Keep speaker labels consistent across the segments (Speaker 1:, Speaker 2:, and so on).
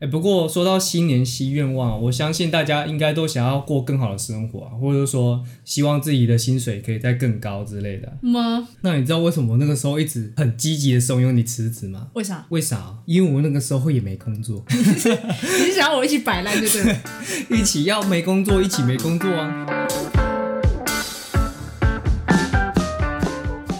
Speaker 1: 哎，不过说到新年新愿望，我相信大家应该都想要过更好的生活、啊，或者说希望自己的薪水可以再更高之类的啊。
Speaker 2: 吗？
Speaker 1: 那你知道为什么我那个时候一直很积极的怂恿你辞职吗？
Speaker 2: 为啥？
Speaker 1: 为啥？啊因为我那个时候也没工作，
Speaker 2: 你是想要我一起摆烂就对了。
Speaker 1: 一起要没工作，一起没工作啊！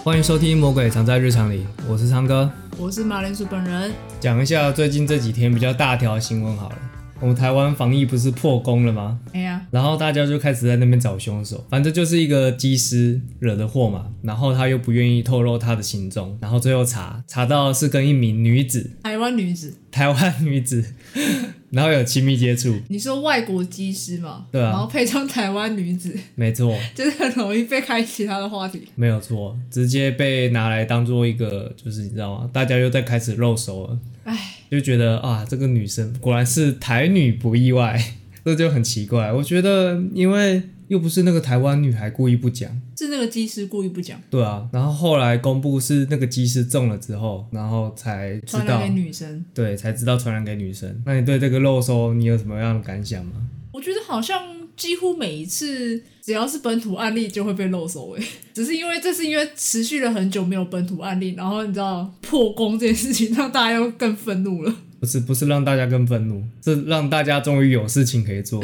Speaker 1: 欢迎收听《魔鬼藏在日常里》，我是昌哥。
Speaker 2: 我是马铃薯本人，
Speaker 1: 讲一下最近这几天比较大条的新闻好了。我们台湾防疫不是破功了吗？
Speaker 2: 哎呀，
Speaker 1: 然后大家就开始在那边找凶手，反正就是一个机师惹的祸嘛。然后他又不愿意透露他的行踪，然后最后查查到是跟一名女子，
Speaker 2: 台湾女子，
Speaker 1: 台湾女子， 然后有亲密接触。
Speaker 2: 你说外国机师嘛？
Speaker 1: 对啊
Speaker 2: 然后配上台湾女子，
Speaker 1: 没错，
Speaker 2: 就是很容易被开其他的话题。
Speaker 1: 没有错，直接被拿来当做一个，就是你知道吗？大家又在开始露手了，
Speaker 2: 哎，
Speaker 1: 就觉得啊，这个女生果然是台女不意外，这就很奇怪。我觉得，因为又不是那个台湾女孩故意不讲。
Speaker 2: 是那个机师故意不讲，
Speaker 1: 对啊，然后后来公布是那个机师中了之后，然后才知
Speaker 2: 传染
Speaker 1: 道
Speaker 2: 给，女生。
Speaker 1: 对，才知道传染给女生。那你对这个肉搜你有什么样的感想吗？
Speaker 2: 我觉得好像几乎每一次只要是本土案例就会被漏手诶， 只是因为这是因为持续了很久没有本土案例，然后你知道破功这件事情让大家又更愤怒了。
Speaker 1: 不是不是让大家更愤怒，是让大家终于有事情可以 做。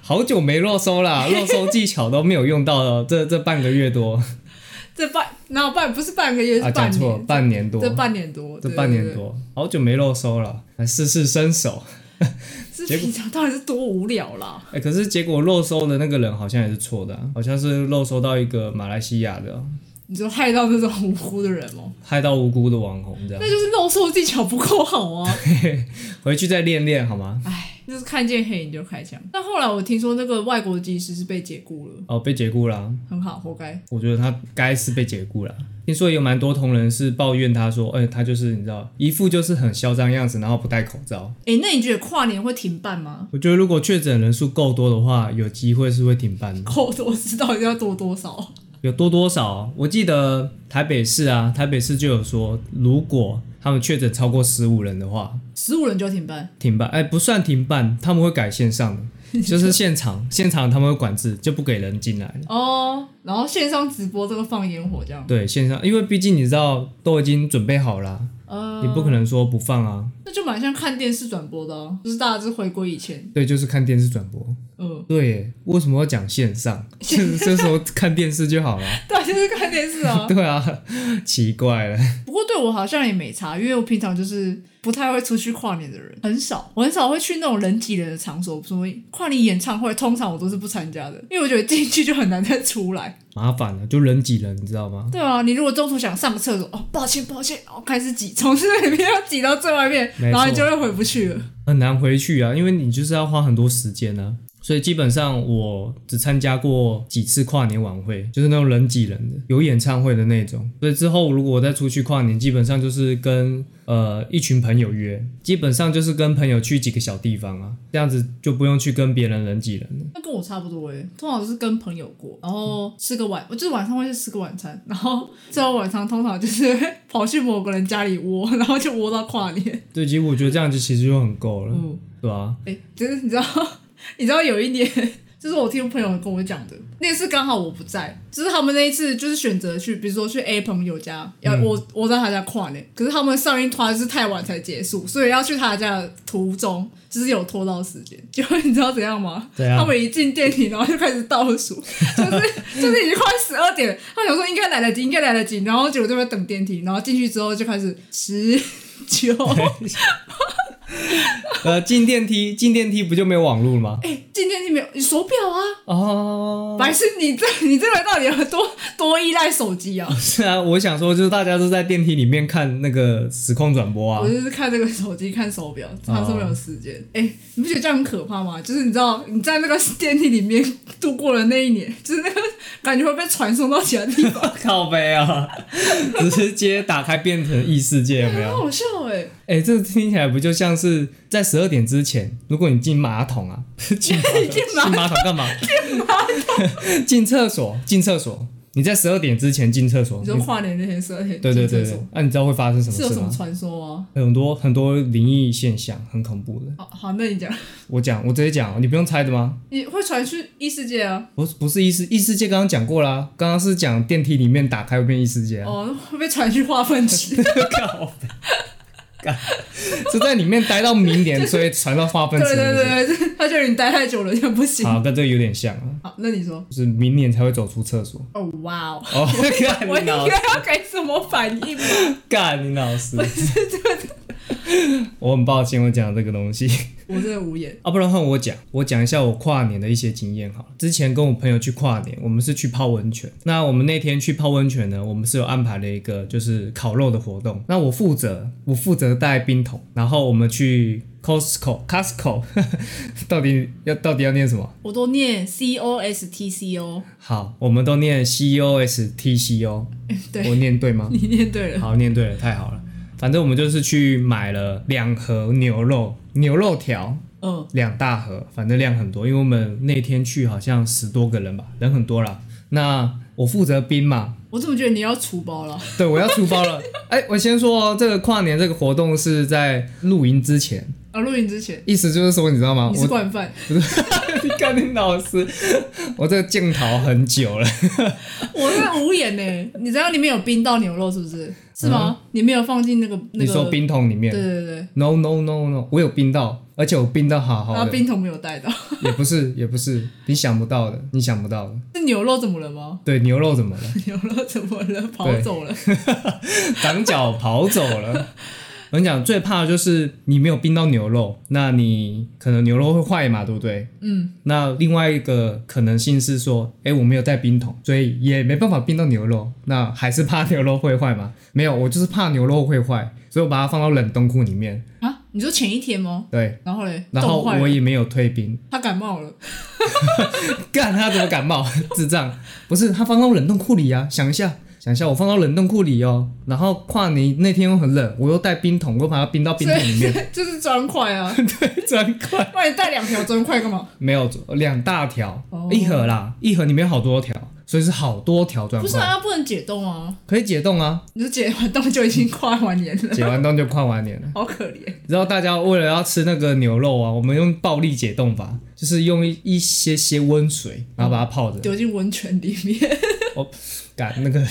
Speaker 1: 好久没肉搜 啦，肉搜技巧都没有用到了，这这半个月多
Speaker 2: 这半哪有半不是半个月，
Speaker 1: 啊，
Speaker 2: 是
Speaker 1: 讲
Speaker 2: 半
Speaker 1: 错了，
Speaker 2: 年，
Speaker 1: 半年多，
Speaker 2: 这半年多，
Speaker 1: 这
Speaker 2: 对
Speaker 1: 半
Speaker 2: 对
Speaker 1: 年
Speaker 2: 对
Speaker 1: 多，好久没肉搜了，来试试身手。
Speaker 2: 这平常到底是多无聊啦！
Speaker 1: 哎、可是结果肉搜的那个人好像也是错的啊、好像是肉搜到一个马来西亚的啊、
Speaker 2: 你就害到那种无辜的人哦，
Speaker 1: 害到无辜的网红这样
Speaker 2: 那，就是露兽技巧不够好 啊！
Speaker 1: 回去再练练好吗？
Speaker 2: 哎，就是看见黑影就开枪。但后来我听说那个外国技师是被解雇了，
Speaker 1: 哦，被解雇啦，
Speaker 2: 很好，活该。
Speaker 1: 我觉得他该是被解雇啦。听说有蛮多同仁是抱怨他说，哎、他就是你知道，一副就是很嚣张样子，然后不戴口罩。
Speaker 2: 哎，那你觉得跨年会停办吗？
Speaker 1: 我觉得如果确诊人数够多的话，有机会是会停办的。
Speaker 2: 扣多知道要多多少？
Speaker 1: 有多多少？我记得台北市啊，台北市就有说，如果他们确诊超过十五人的话，
Speaker 2: 十五人就要停办，
Speaker 1: 停办，哎、不算停办，他们会改线上的，就是现场，现场他们会管制，就不给人进来了。
Speaker 2: 哦，然后线上直播这个放烟火这样，
Speaker 1: 对，线上，因为毕竟你知道都已经准备好啦，
Speaker 2: 呃，
Speaker 1: 你不可能说不放啊。
Speaker 2: 那就蛮像看电视转播的、哦，就是大家是回归以前，
Speaker 1: 对，就是看电视转播。
Speaker 2: 嗯，
Speaker 1: 对耶，为什么要讲线上？ 就是这时候看电视就好了。
Speaker 2: 对，就是看电视啊。
Speaker 1: 对啊，奇怪了。
Speaker 2: 不过对我好像也没差，因为我平常就是不太会出去跨年的人，很少，我很少会去那种人挤人的场所，什么跨年演唱会，通常我都是不参加的，因为我觉得进去就很难再出来。
Speaker 1: 麻烦了，就人挤人，你知道吗？
Speaker 2: 对啊，你如果中途想上个厕所，哦，抱歉抱歉，哦，开始挤，从这里面要挤到最外面，
Speaker 1: 没错
Speaker 2: 然后你就会回不去了。
Speaker 1: 很难回去啊，因为你就是要花很多时间啊。所以基本上我只参加过几次跨年晚会，就是那种人挤人的，有演唱会的那种。所以之后如果我再出去跨年，基本上就是跟呃一群朋友约，基本上就是跟朋友去几个小地方啊，这样子就不用去跟别人人挤人了。
Speaker 2: 那跟我差不多诶，通常都是跟朋友过，然后吃个晚，我就是晚上会去吃个晚餐，然后最后晚上通常就是 跑去某个人家里窝，然后就窝到跨年。
Speaker 1: 对，其实我觉得这样子其实就很够了，
Speaker 2: 嗯。
Speaker 1: 对啊？
Speaker 2: 哎、就是你知道， 你知道有一年， 就是我听朋友跟我讲的，那次刚好我不在，就是他们那一次就是选择去，比如说去 A 朋友家，要
Speaker 1: 嗯
Speaker 2: 我、我在他家跨年，可是他们上一团就是太晚才结束，所以要去他家的途中，就是有拖到时间。 结果你知道怎样吗？
Speaker 1: 怎样
Speaker 2: 他们一进电梯，然后就开始倒数， 就是就是已经快十二点了，他想说应该来得及，应该来得及，然后结果就在等电梯，然后进去之后就开始十九。
Speaker 1: 呃，进电梯，进电梯不就没有网络了吗？
Speaker 2: 哎，进电梯没有你手表啊？
Speaker 1: 哦，
Speaker 2: 白痴，你这你这个人到底有多多依赖手机啊？
Speaker 1: 是啊，我想说就是大家都在电梯里面看那个时空转播啊。
Speaker 2: 我就是看这个手机，看手表，看手表时间。哎、你不觉得这样很可怕吗？就是你知道你在那个电梯里面度过了那一年，就是那个感觉会被传送到其他地方，
Speaker 1: 靠背啊， 直接打开变成异世界有没
Speaker 2: 很
Speaker 1: 有？
Speaker 2: 好笑哎、
Speaker 1: 哎、这听起来不就像是在十二点之前，如果你进马桶啊，进马桶
Speaker 2: 进马桶
Speaker 1: 进马桶干嘛？进马桶，进厕所，进厕所。你在十二点之前进厕所，
Speaker 2: 你
Speaker 1: 你
Speaker 2: 说跨年那天十二点
Speaker 1: 对对
Speaker 2: 进
Speaker 1: 对对
Speaker 2: 厕所，，
Speaker 1: 那、你知道会发生什么
Speaker 2: 是有
Speaker 1: 事
Speaker 2: 什么
Speaker 1: 吗？
Speaker 2: 传说吗？
Speaker 1: 很多很多灵异现象，很恐怖的。
Speaker 2: 好好，那你讲，
Speaker 1: 我讲，我直接讲，哦你不用猜的吗？
Speaker 2: 你会传去异世界啊？
Speaker 1: 不是不是异世异世界，刚刚讲过啦，刚刚是讲电梯里面打开会变异世界啊。
Speaker 2: 哦，会被传去化粪池，
Speaker 1: 靠北！干是在里面待到明年，所以传到化粪
Speaker 2: 对
Speaker 1: 池。
Speaker 2: 对
Speaker 1: 是不是
Speaker 2: 对对，他觉得你待太久了就不行。
Speaker 1: 好，跟这个有点像啊，
Speaker 2: 好，那你说，
Speaker 1: 就是明年才会走出厕 所。
Speaker 2: 哦哇哦，
Speaker 1: 哦，干
Speaker 2: 我
Speaker 1: 你
Speaker 2: 应该
Speaker 1: 老师，
Speaker 2: 要给什么反应吗？
Speaker 1: 干你老师， 我很抱歉，我讲这个东西。
Speaker 2: 我真的无言。
Speaker 1: 啊，不然换我讲，我讲一下我跨年的一些经验好了。之前跟我朋友去跨年，我们是去泡温泉。那我们那天去泡温泉呢，我们是有安排了一个就是烤肉的活动。那我负责，我负责带冰桶，然后我们去 Costco、Costco，到 底要到底要念什么？
Speaker 2: 我都念 C O S T C O，
Speaker 1: 好，我们都念 C O S T C O，
Speaker 2: 对
Speaker 1: 我念对吗？
Speaker 2: 你念对了。
Speaker 1: 好，念对了，太好了。反正我们就是去买了两盒牛肉，牛肉条，
Speaker 2: 嗯，
Speaker 1: 两大盒，反正量很多，因为我们那天去好像十多个人吧，人很多啦。那我负责冰嘛，
Speaker 2: 我怎么觉得你要除包了？
Speaker 1: 对我要出包 了。哎、我先说、哦，这个跨年这个活动是在露营之前，
Speaker 2: 啊，录影之前
Speaker 1: 意思就是说，你知道吗？
Speaker 2: 你是
Speaker 1: 我
Speaker 2: 惯犯，
Speaker 1: 你看你老师， 我这个镜头很久了，
Speaker 2: 我真的无言呢。你知道里面有冰到牛肉是不是？是吗？你没有放进那个那
Speaker 1: 你说
Speaker 2: 个？
Speaker 1: 冰桶里
Speaker 2: 对
Speaker 1: 面
Speaker 2: 对对，
Speaker 1: ？No No No No，我有冰到，而且我冰到好
Speaker 2: 然
Speaker 1: 好
Speaker 2: 后
Speaker 1: 的，
Speaker 2: 啊冰桶没有带到，
Speaker 1: 也不是也不是，你想不到的，你想不到的。
Speaker 2: 那牛肉怎么了吗？
Speaker 1: 对，牛肉怎么了？
Speaker 2: 牛肉怎么了？跑
Speaker 1: 对
Speaker 2: 走了？
Speaker 1: 长脚跑走了。 我跟你讲，最怕的就是你没有冰到牛肉，那你可能牛肉会坏嘛，对不对？
Speaker 2: 嗯，
Speaker 1: 那另外一个可能性是说，哎，我没有带冰桶，所以也没办法冰到牛肉，那还是怕牛肉会坏嘛？ 没有，我就是怕牛肉会坏，所以我把它放到冷冻库里面。
Speaker 2: 啊，你说前一天吗？
Speaker 1: 对，
Speaker 2: 然后嘞，
Speaker 1: 然后
Speaker 2: 冻坏了
Speaker 1: 我也没有退冰，
Speaker 2: 他感冒了，
Speaker 1: 干他怎么感冒？智障！不是他放到冷冻库里啊！想一下，想一下，我放到冷冻库里哦。然后跨年那天又很冷，我又带冰桶，我又把它冰到冰桶里面。
Speaker 2: 就是砖块啊，
Speaker 1: 砖块
Speaker 2: 不然你带两条砖块干嘛？
Speaker 1: 没有两大条、
Speaker 2: 哦
Speaker 1: 一盒啦，一盒里面好多条，所以是好多条砖
Speaker 2: 不是
Speaker 1: 块，
Speaker 2: 啊，不能解冻啊，
Speaker 1: 可以解冻 啊，
Speaker 2: 你就解完冻就已经跨完年了，
Speaker 1: 解完冻就跨完年了。
Speaker 2: 好可怜。
Speaker 1: 然后大家为了要吃那个牛肉啊，我们用暴力解冻法，就是用一一些些温水，然后把它泡着，
Speaker 2: 丢进温泉里面，
Speaker 1: 干那个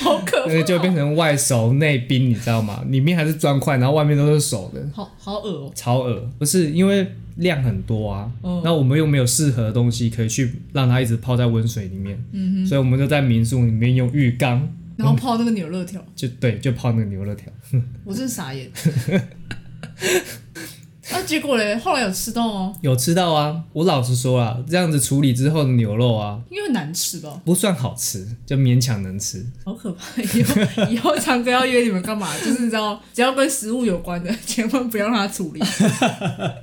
Speaker 2: 好 可
Speaker 1: 那个就变成外熟内冰，你知道吗？里面还是砖块，然后外面都是熟的。
Speaker 2: 好好恶哦、
Speaker 1: 超恶，不是因为量很多啊，
Speaker 2: 嗯
Speaker 1: 那我们又没有适合的东西可以去让它一直泡在温水里面，
Speaker 2: 嗯
Speaker 1: 所以我们就在民宿里面用浴缸，
Speaker 2: 然后泡那个牛肉条，
Speaker 1: 就对，就泡那个牛肉条，
Speaker 2: 我真傻眼。 啊，结果嘞，后来有吃到哦吗？
Speaker 1: 有吃到啊。我老实说啊，这样子处理之后的牛肉啊，
Speaker 2: 因为难吃吧，
Speaker 1: 不算好吃，就勉强能吃。
Speaker 2: 好可怕！以后以后长哥要约你们干嘛？就是你知道，只要跟食物有关的，千万不要让他处理。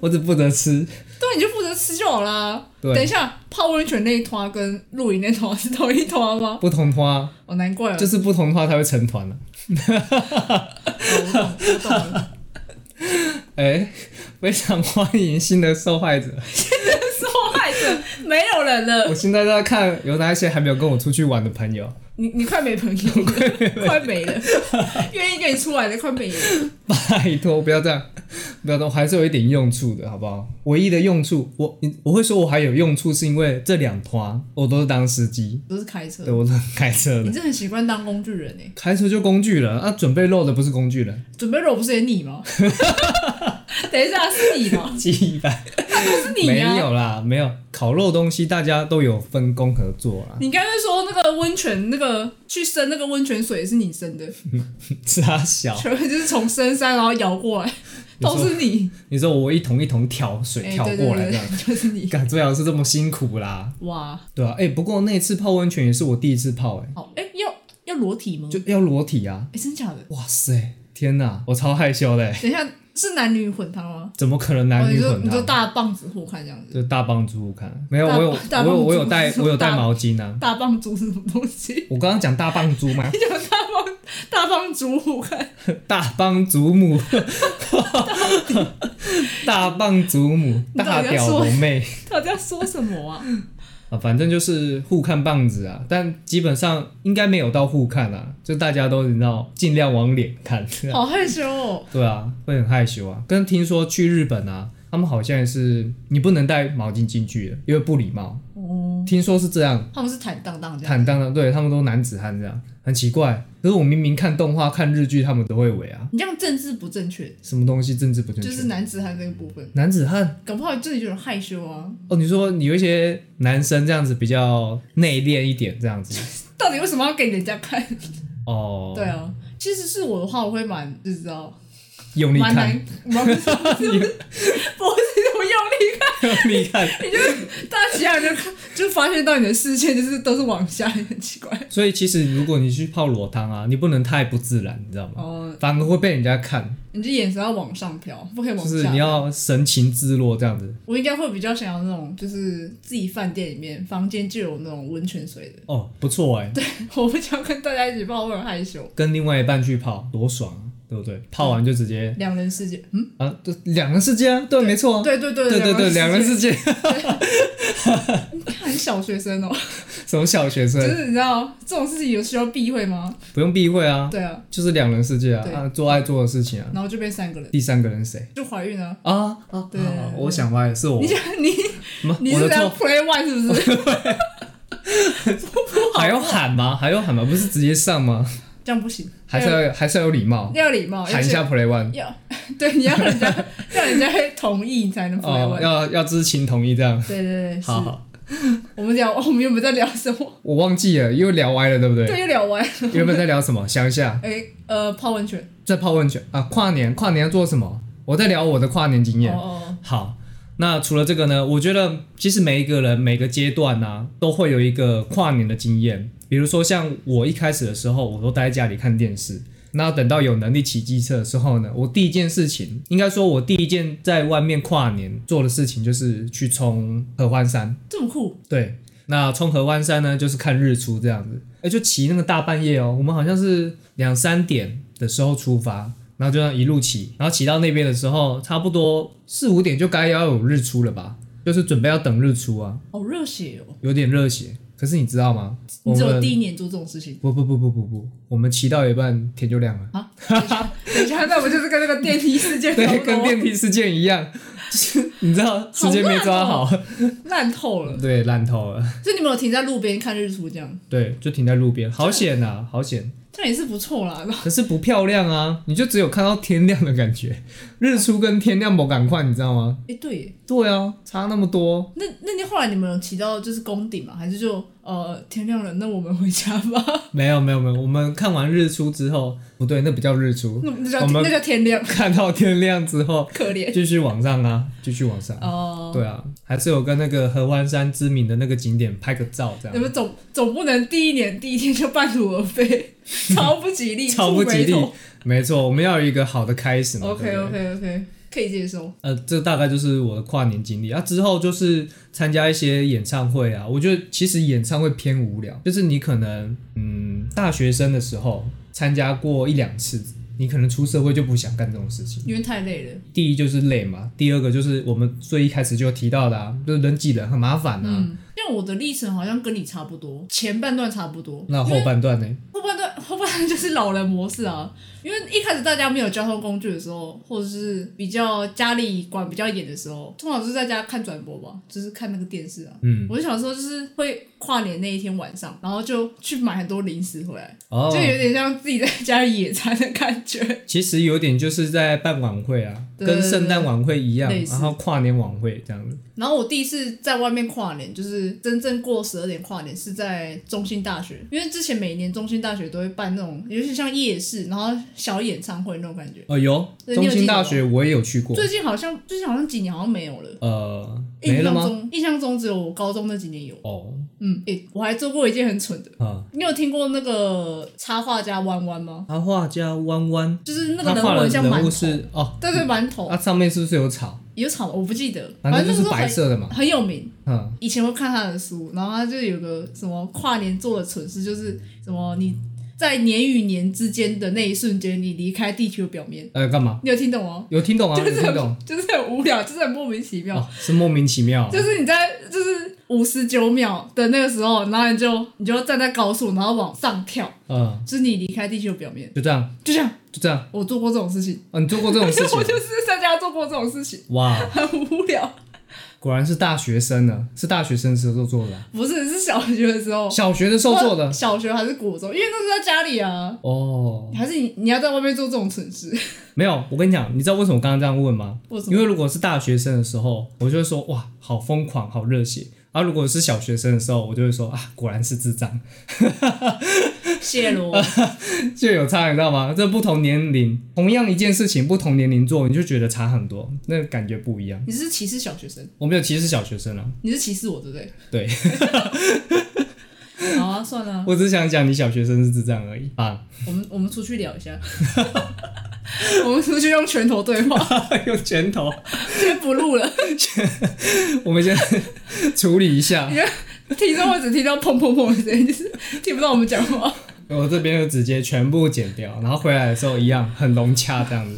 Speaker 1: 我只负责吃，
Speaker 2: 对，啊你就负责吃就好啦。
Speaker 1: 对
Speaker 2: 等一下，泡温泉那一团跟露营那团 是同一团吗？
Speaker 1: 不同花
Speaker 2: 哦，难怪了，
Speaker 1: 就是不同花才会成团啊。
Speaker 2: 哦我懂，我懂了。
Speaker 1: 哎、 非常欢迎新的受害者。
Speaker 2: 受害者没有人了，
Speaker 1: 我现在在看有哪一些还没有跟我出去玩的朋友，
Speaker 2: 你你快没朋友了，快没了，愿意跟你出来的快没了。
Speaker 1: 拜托，不要这样， 不要这样，我还是有一点用处的，好不好？唯一的用处，我你我会说我还有用处，是因为这两团我都是当司机，
Speaker 2: 都是开车
Speaker 1: 对，我都是开车
Speaker 2: 你
Speaker 1: 的，
Speaker 2: 真的很习惯当工具人哎。
Speaker 1: 开车就工具人，啊，准备肉的不是工具人，
Speaker 2: 准备肉不是也你吗？ 等一下，是你吗？
Speaker 1: 鸡蛋
Speaker 2: 是你啊
Speaker 1: 没
Speaker 2: 呀、
Speaker 1: 有啦，没有烤肉东西，大家都有分工合作啊啦，
Speaker 2: 你刚才说那个温泉，那个去生那个温泉水是你生的，
Speaker 1: 是啊，小，
Speaker 2: 全部就是从深山然后摇过来，
Speaker 1: 你说
Speaker 2: 都是你。
Speaker 1: 你说我一桶一桶挑水
Speaker 2: 哎、
Speaker 1: 挑
Speaker 2: 对对
Speaker 1: 过来
Speaker 2: 对
Speaker 1: 这样，
Speaker 2: 对，就是你。
Speaker 1: 感最好是这么辛苦啦，
Speaker 2: 哇，
Speaker 1: 对啊，哎、不过那次泡温泉也是我第一次泡、哎，
Speaker 2: 好，哎、要要裸体吗？
Speaker 1: 就要裸体啊，
Speaker 2: 哎、真假的？
Speaker 1: 哇塞，天哪，我超害羞的、哎
Speaker 2: 等一下，是男女混汤吗？
Speaker 1: 怎么可能男女混
Speaker 2: 哦、你说你说
Speaker 1: 搭？
Speaker 2: 大棒子互看这样子，
Speaker 1: 就大帮猪看，没有，
Speaker 2: 大
Speaker 1: 我有，
Speaker 2: 大
Speaker 1: 我
Speaker 2: 棒
Speaker 1: 有，
Speaker 2: 猪
Speaker 1: 我有带，
Speaker 2: 是
Speaker 1: 我有带
Speaker 2: 大
Speaker 1: 毛巾啊。
Speaker 2: 大棒猪是什么东西？
Speaker 1: 我刚刚讲大棒猪吗？
Speaker 2: 大棒猪互看，
Speaker 1: 大帮祖 母，大棒祖母，
Speaker 2: 你到
Speaker 1: 大
Speaker 2: 底在
Speaker 1: 屌
Speaker 2: 说
Speaker 1: 萌妹，
Speaker 2: 到底要说什么啊？
Speaker 1: 啊，反正就是互看棒子啊，但基本上应该没有到互看啊，就大家都你知道，尽量往脸看。
Speaker 2: 好害羞哦。
Speaker 1: 对啊，会很害羞啊。跟听说去日本啊，他们好像也是你不能带毛巾进去的，因为不礼貌。
Speaker 2: 哦，嗯
Speaker 1: 听说是这样，
Speaker 2: 他们是坦荡荡这样
Speaker 1: 坦。荡荡，对他们都男子汉这样，很奇怪。可是我明明看动画、看日剧，他们都会围啊，
Speaker 2: 你这样政治不正确，
Speaker 1: 什么东西政治不正确？
Speaker 2: 就是男子汉这个部分，
Speaker 1: 男子汉
Speaker 2: 搞不好这里就有害羞啊。
Speaker 1: 哦，你说有一些男生这样子比较内敛一点，这样子
Speaker 2: 到底为什么要给人家看？
Speaker 1: 哦，
Speaker 2: 对，啊，其实是我的话，我会蛮就知道，
Speaker 1: 用力
Speaker 2: 蛮难
Speaker 1: 看，，
Speaker 2: 蛮 不是不是不是我用力
Speaker 1: 用力看，
Speaker 2: 看，但其他人就看就发现到你的视线就是都是往下，很奇怪。
Speaker 1: 所以其实如果你去泡裸汤啊，你不能太不自然，你知道吗？
Speaker 2: 哦，
Speaker 1: 反而会被人家看，
Speaker 2: 你这眼神要往上飘，不可以往
Speaker 1: 就
Speaker 2: 下。
Speaker 1: 是你要神情自若这样子。
Speaker 2: 我应该会比较想要那种，就是自己饭店里面房间就有那种温泉水的。
Speaker 1: 哦，不错哎、
Speaker 2: 我不想跟大家一起泡，我很害羞。
Speaker 1: 跟另外一半去泡，多爽啊，对不对？泡完就直接
Speaker 2: 两人世界，嗯，
Speaker 1: 啊，就两人世界啊，对，没错啊，
Speaker 2: 对对对
Speaker 1: 对对对，两人世界，
Speaker 2: 你 看小学生哦、
Speaker 1: 什么小学
Speaker 2: 就
Speaker 1: 生
Speaker 2: 是你知道这种事情有需要避讳吗？
Speaker 1: 不用避讳啊，
Speaker 2: 对啊，
Speaker 1: 就是两人世界啊
Speaker 2: 对
Speaker 1: 啊，做爱做的事情啊。
Speaker 2: 然后就变三个人，
Speaker 1: 第三个人谁
Speaker 2: 就怀孕了。
Speaker 1: 啊啊？
Speaker 2: 对
Speaker 1: 啊我想歪了，是我
Speaker 2: 你，想你
Speaker 1: 什么
Speaker 2: 你
Speaker 1: 哦我
Speaker 2: 是
Speaker 1: 的
Speaker 2: 在
Speaker 1: 错，
Speaker 2: play one 是不是？
Speaker 1: 还要喊吗？还要喊吗？不是直接上吗？
Speaker 2: 这样不行，
Speaker 1: 还是
Speaker 2: 要
Speaker 1: 要还是要有礼貌，
Speaker 2: 要礼貌，
Speaker 1: 喊一下 play one
Speaker 2: 哦而且要对，你要人家要人家同意你才能 play
Speaker 1: 哦，
Speaker 2: one。
Speaker 1: 要要知情同意这样。
Speaker 2: 对对对，是
Speaker 1: 好。好，
Speaker 2: 我们聊，我们原本在聊什么？
Speaker 1: 我忘记了，又聊歪了，对不对？
Speaker 2: 对，又聊完。
Speaker 1: 原本在聊什么？想一下，
Speaker 2: 哎、呃，泡温泉。
Speaker 1: 在泡温泉啊，跨年跨年要做什么？我在聊我的跨年经验。
Speaker 2: 哦
Speaker 1: 好，那除了这个呢，我觉得其实每一个人每个阶段呢、都会有一个跨年的经验。比如说像我一开始的时候，我都待在家里看电视。那等到有能力骑机车的时候呢，我第一件事情，应该说我第一件在外面跨年做的事情就是去冲合欢山
Speaker 2: 哦。，这么酷，
Speaker 1: 对，那冲合欢山呢，就是看日出这样子。哎、就骑那个大半夜哦，我们好像是两三点的时候出发，然后就这样一路骑，然后骑到那边的时候，差不多四五点就该要有日出了吧，就是准备要等日出啊，
Speaker 2: 好热血哦！
Speaker 1: 有点热血。可是你知道吗？我
Speaker 2: 你只有
Speaker 1: 们
Speaker 2: 第一年做这种事情
Speaker 1: 不不不不不不，我们骑到一半天就亮了。
Speaker 2: 啊？等一下，等一下，那我就是跟那个电梯事件差
Speaker 1: 对，
Speaker 2: 不
Speaker 1: 跟
Speaker 2: 多
Speaker 1: 电梯事件一样，就是你知道时间没抓好，
Speaker 2: 烂透了。
Speaker 1: 对，烂透了。
Speaker 2: 所以你们有停在路边看日出这样，
Speaker 1: 对，就停在路边，好险呐、好险！
Speaker 2: 这样也是不错啦。
Speaker 1: 可是不漂亮啊，你就只有看到天亮的感觉，日出跟天亮不赶快，你知道吗？
Speaker 2: 哎、对耶，
Speaker 1: 对啊，差那么多。
Speaker 2: 那那天后来你们有骑到就是宫顶吗？还是就呃天亮了，那我们回家吧？
Speaker 1: 没有没有没有，我们看完日出之后，不对，那不叫日出，
Speaker 2: 那那叫
Speaker 1: 我们
Speaker 2: 那叫天亮，
Speaker 1: 看到天亮之后，
Speaker 2: 可怜
Speaker 1: 继续往上啊，继续往上。
Speaker 2: 哦。
Speaker 1: 对啊，还是有跟那个合欢山知名的那个景点拍个照，这
Speaker 2: 你
Speaker 1: 样
Speaker 2: 们总总不能第一年第一天就半途而废， 超不吉利，
Speaker 1: 超不吉利
Speaker 2: 触眉头。
Speaker 1: 没错，我们要有一个好的开始嘛。对
Speaker 2: OK
Speaker 1: 不对
Speaker 2: OK OK，可以接受。
Speaker 1: 呃，这大概就是我的跨年经历啊。之后就是参加一些演唱会啊，我觉得其实演唱会偏无聊，就是你可能嗯大学生的时候参加过一两次，你可能出社会就不想干这种事情。
Speaker 2: 因为太累了。
Speaker 1: 第一就是累嘛，第二个就是我们最一开始就提到的啊，就是人挤人很麻烦啊。
Speaker 2: 嗯，像我的历程好像跟你差不多，前半段差不多，
Speaker 1: 那后半段呢？
Speaker 2: 后半段后半段就是老人模式啊。 因为一开始大家没有交通工具的时候，或者是比较家里管比较严的时候，通常就是在家看转播吧，就是看那个电视啊。
Speaker 1: 嗯，
Speaker 2: 我就小时候就是会跨年那一天晚上，然后就去买很多零食回来，
Speaker 1: 哦
Speaker 2: 就，有点像自己在家里野餐的感觉。
Speaker 1: 其实有点就是在办晚会啊，
Speaker 2: 对
Speaker 1: 跟圣诞晚会一样，
Speaker 2: 类似
Speaker 1: 然后跨年晚会这样子。
Speaker 2: 然后我第一次在外面跨年，就是真正过十二点跨年是在中心大学，因为之前每年中心大学都会办那种，尤其像夜市，然后小演唱会那种感觉。
Speaker 1: 哦，有
Speaker 2: 对你
Speaker 1: 中
Speaker 2: 有
Speaker 1: 心
Speaker 2: 记得
Speaker 1: 大
Speaker 2: 吗
Speaker 1: 学我也有去过，
Speaker 2: 最近好像最近好像几年好像没有了，
Speaker 1: 呃，没
Speaker 2: 印
Speaker 1: 了
Speaker 2: 象
Speaker 1: 吗？
Speaker 2: 中印象中只有我高中那几年有。
Speaker 1: 哦，
Speaker 2: 嗯，诶、我还做过一件很蠢的，
Speaker 1: 啊，
Speaker 2: 你有听过那个插画家弯弯吗？
Speaker 1: 他画家弯弯，
Speaker 2: 就是那个
Speaker 1: 他画
Speaker 2: 人物
Speaker 1: 的
Speaker 2: 很像馒
Speaker 1: 人物
Speaker 2: 头，
Speaker 1: 是哦，
Speaker 2: 对对，馒头、
Speaker 1: 那上面是不是有草？
Speaker 2: 有草吗我不记得，
Speaker 1: 反正就
Speaker 2: 那
Speaker 1: 是
Speaker 2: 时候
Speaker 1: 白
Speaker 2: 很
Speaker 1: 色的嘛。
Speaker 2: 很有名。
Speaker 1: 嗯，
Speaker 2: 以前会看他的书，然后他就有个什么跨年做的蠢事，就是什么你在年与年之间的那一瞬间，你离开地球表面，
Speaker 1: 呃，干嘛？
Speaker 2: 你有听懂吗？
Speaker 1: 有听懂啊？
Speaker 2: 就
Speaker 1: 有
Speaker 2: 是
Speaker 1: 听懂
Speaker 2: 很就是很无聊，就是很莫名其妙，
Speaker 1: 哦，是莫名其妙啊。
Speaker 2: 就是你在就是五十九秒的那个时候，然后你就你就站在高速，然后往上跳，
Speaker 1: 嗯，
Speaker 2: 就是你离开地球表面，
Speaker 1: 就这样，
Speaker 2: 就这样。
Speaker 1: 就这样。
Speaker 2: 我做过这种事情，
Speaker 1: 啊，你做过这种事情
Speaker 2: 我？就是在家做过这种事情，
Speaker 1: 哇，
Speaker 2: 很无聊。
Speaker 1: 果然是大学生呢，是大学生时候做的啊、
Speaker 2: 不是，是小学的时候，
Speaker 1: 小学的时候 做的。
Speaker 2: 小学还是国中，因为那是在家里啊，
Speaker 1: 哦，
Speaker 2: 还是你你要在外面做这种蠢事？
Speaker 1: 没有，我跟你讲，你知道为什么我刚刚这样问吗？
Speaker 2: 为什么
Speaker 1: 因为如果是大学生的时候，我就会说哇，好疯狂，好热血。啊，如果是小学生的时候，我就会说啊，果然是智障，
Speaker 2: 谢 罗，
Speaker 1: 啊就有差，你知道吗？这不同年龄，同样一件事情，不同年龄做，你就觉得差很多，那感觉不一样。
Speaker 2: 你是歧视小学生，
Speaker 1: 我没有歧视小学生啊，
Speaker 2: 你是歧视我对不对？
Speaker 1: 对
Speaker 2: 好啊，算了啊、
Speaker 1: 我只想讲你小学生是智障而已啊，
Speaker 2: 我们我们出去聊一下， 我们出去用拳头对话，
Speaker 1: 用拳头，
Speaker 2: 先 不录了，
Speaker 1: 我们先 处理一下。
Speaker 2: 听众会只听到砰砰砰的声音，就是听不到我们讲话。
Speaker 1: 我这边就直接全部剪掉，然后回来的时候一样很融洽这样子。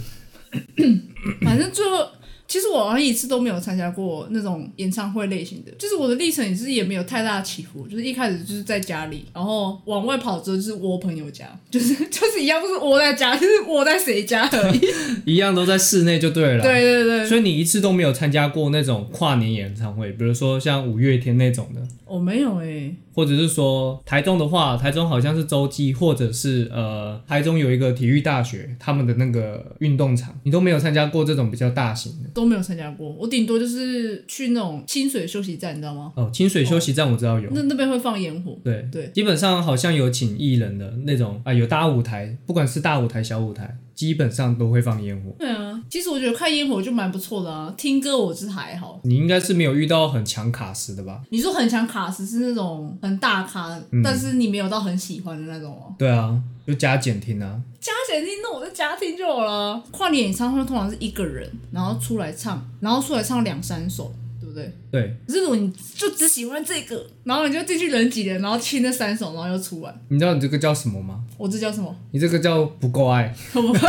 Speaker 2: 反正最后，其实我好像一次都没有参加过那种演唱会类型的，就是我的历程也是也没有太大的起伏，就是一开始就是在家里，然后往外跑之后就是窝朋友家，就是 就是一样，就是窝在家，就是窝在谁家而 已。
Speaker 1: 一样都在室内就对了。
Speaker 2: 对对对，
Speaker 1: 所以你一次都没有参加过那种跨年演唱会，比如说像五月天那种的，
Speaker 2: 我没有哎、
Speaker 1: 或者是说台中的话，台中好像是洲际，或者是呃台中有一个体育大学他们的那个运动场，你都没有参加过这种比较大型的。
Speaker 2: 都没有参加过，我顶多就是去那种清水休息站，你知道吗？
Speaker 1: 哦，清水休息站我知道有。
Speaker 2: 那那边会放烟火，
Speaker 1: 哦对
Speaker 2: 对
Speaker 1: 基本上好像有请艺人的那种啊，有大舞台，不管是大舞台、小舞台，基本上都会放烟火。
Speaker 2: 对啊，其实我觉得看烟火就蛮不错的啊，听歌我是还好。
Speaker 1: 你应该是没有遇到很强卡时的吧？
Speaker 2: 你说很想卡时是那种很大咖，但是你没有到很喜欢的那种哦。
Speaker 1: 对啊，就加减听啊。
Speaker 2: 加减听，那我在家听就好了。跨年演唱会通常是一个人，然后出来唱，然后出来唱两三首，对不对？
Speaker 1: 对，
Speaker 2: 可是如果你就只喜欢这个，然后你就进去人挤人，然后听那三首，然后又出来，
Speaker 1: 你知道你这个叫什么吗？
Speaker 2: 我这叫什么？
Speaker 1: 你这个叫不够爱，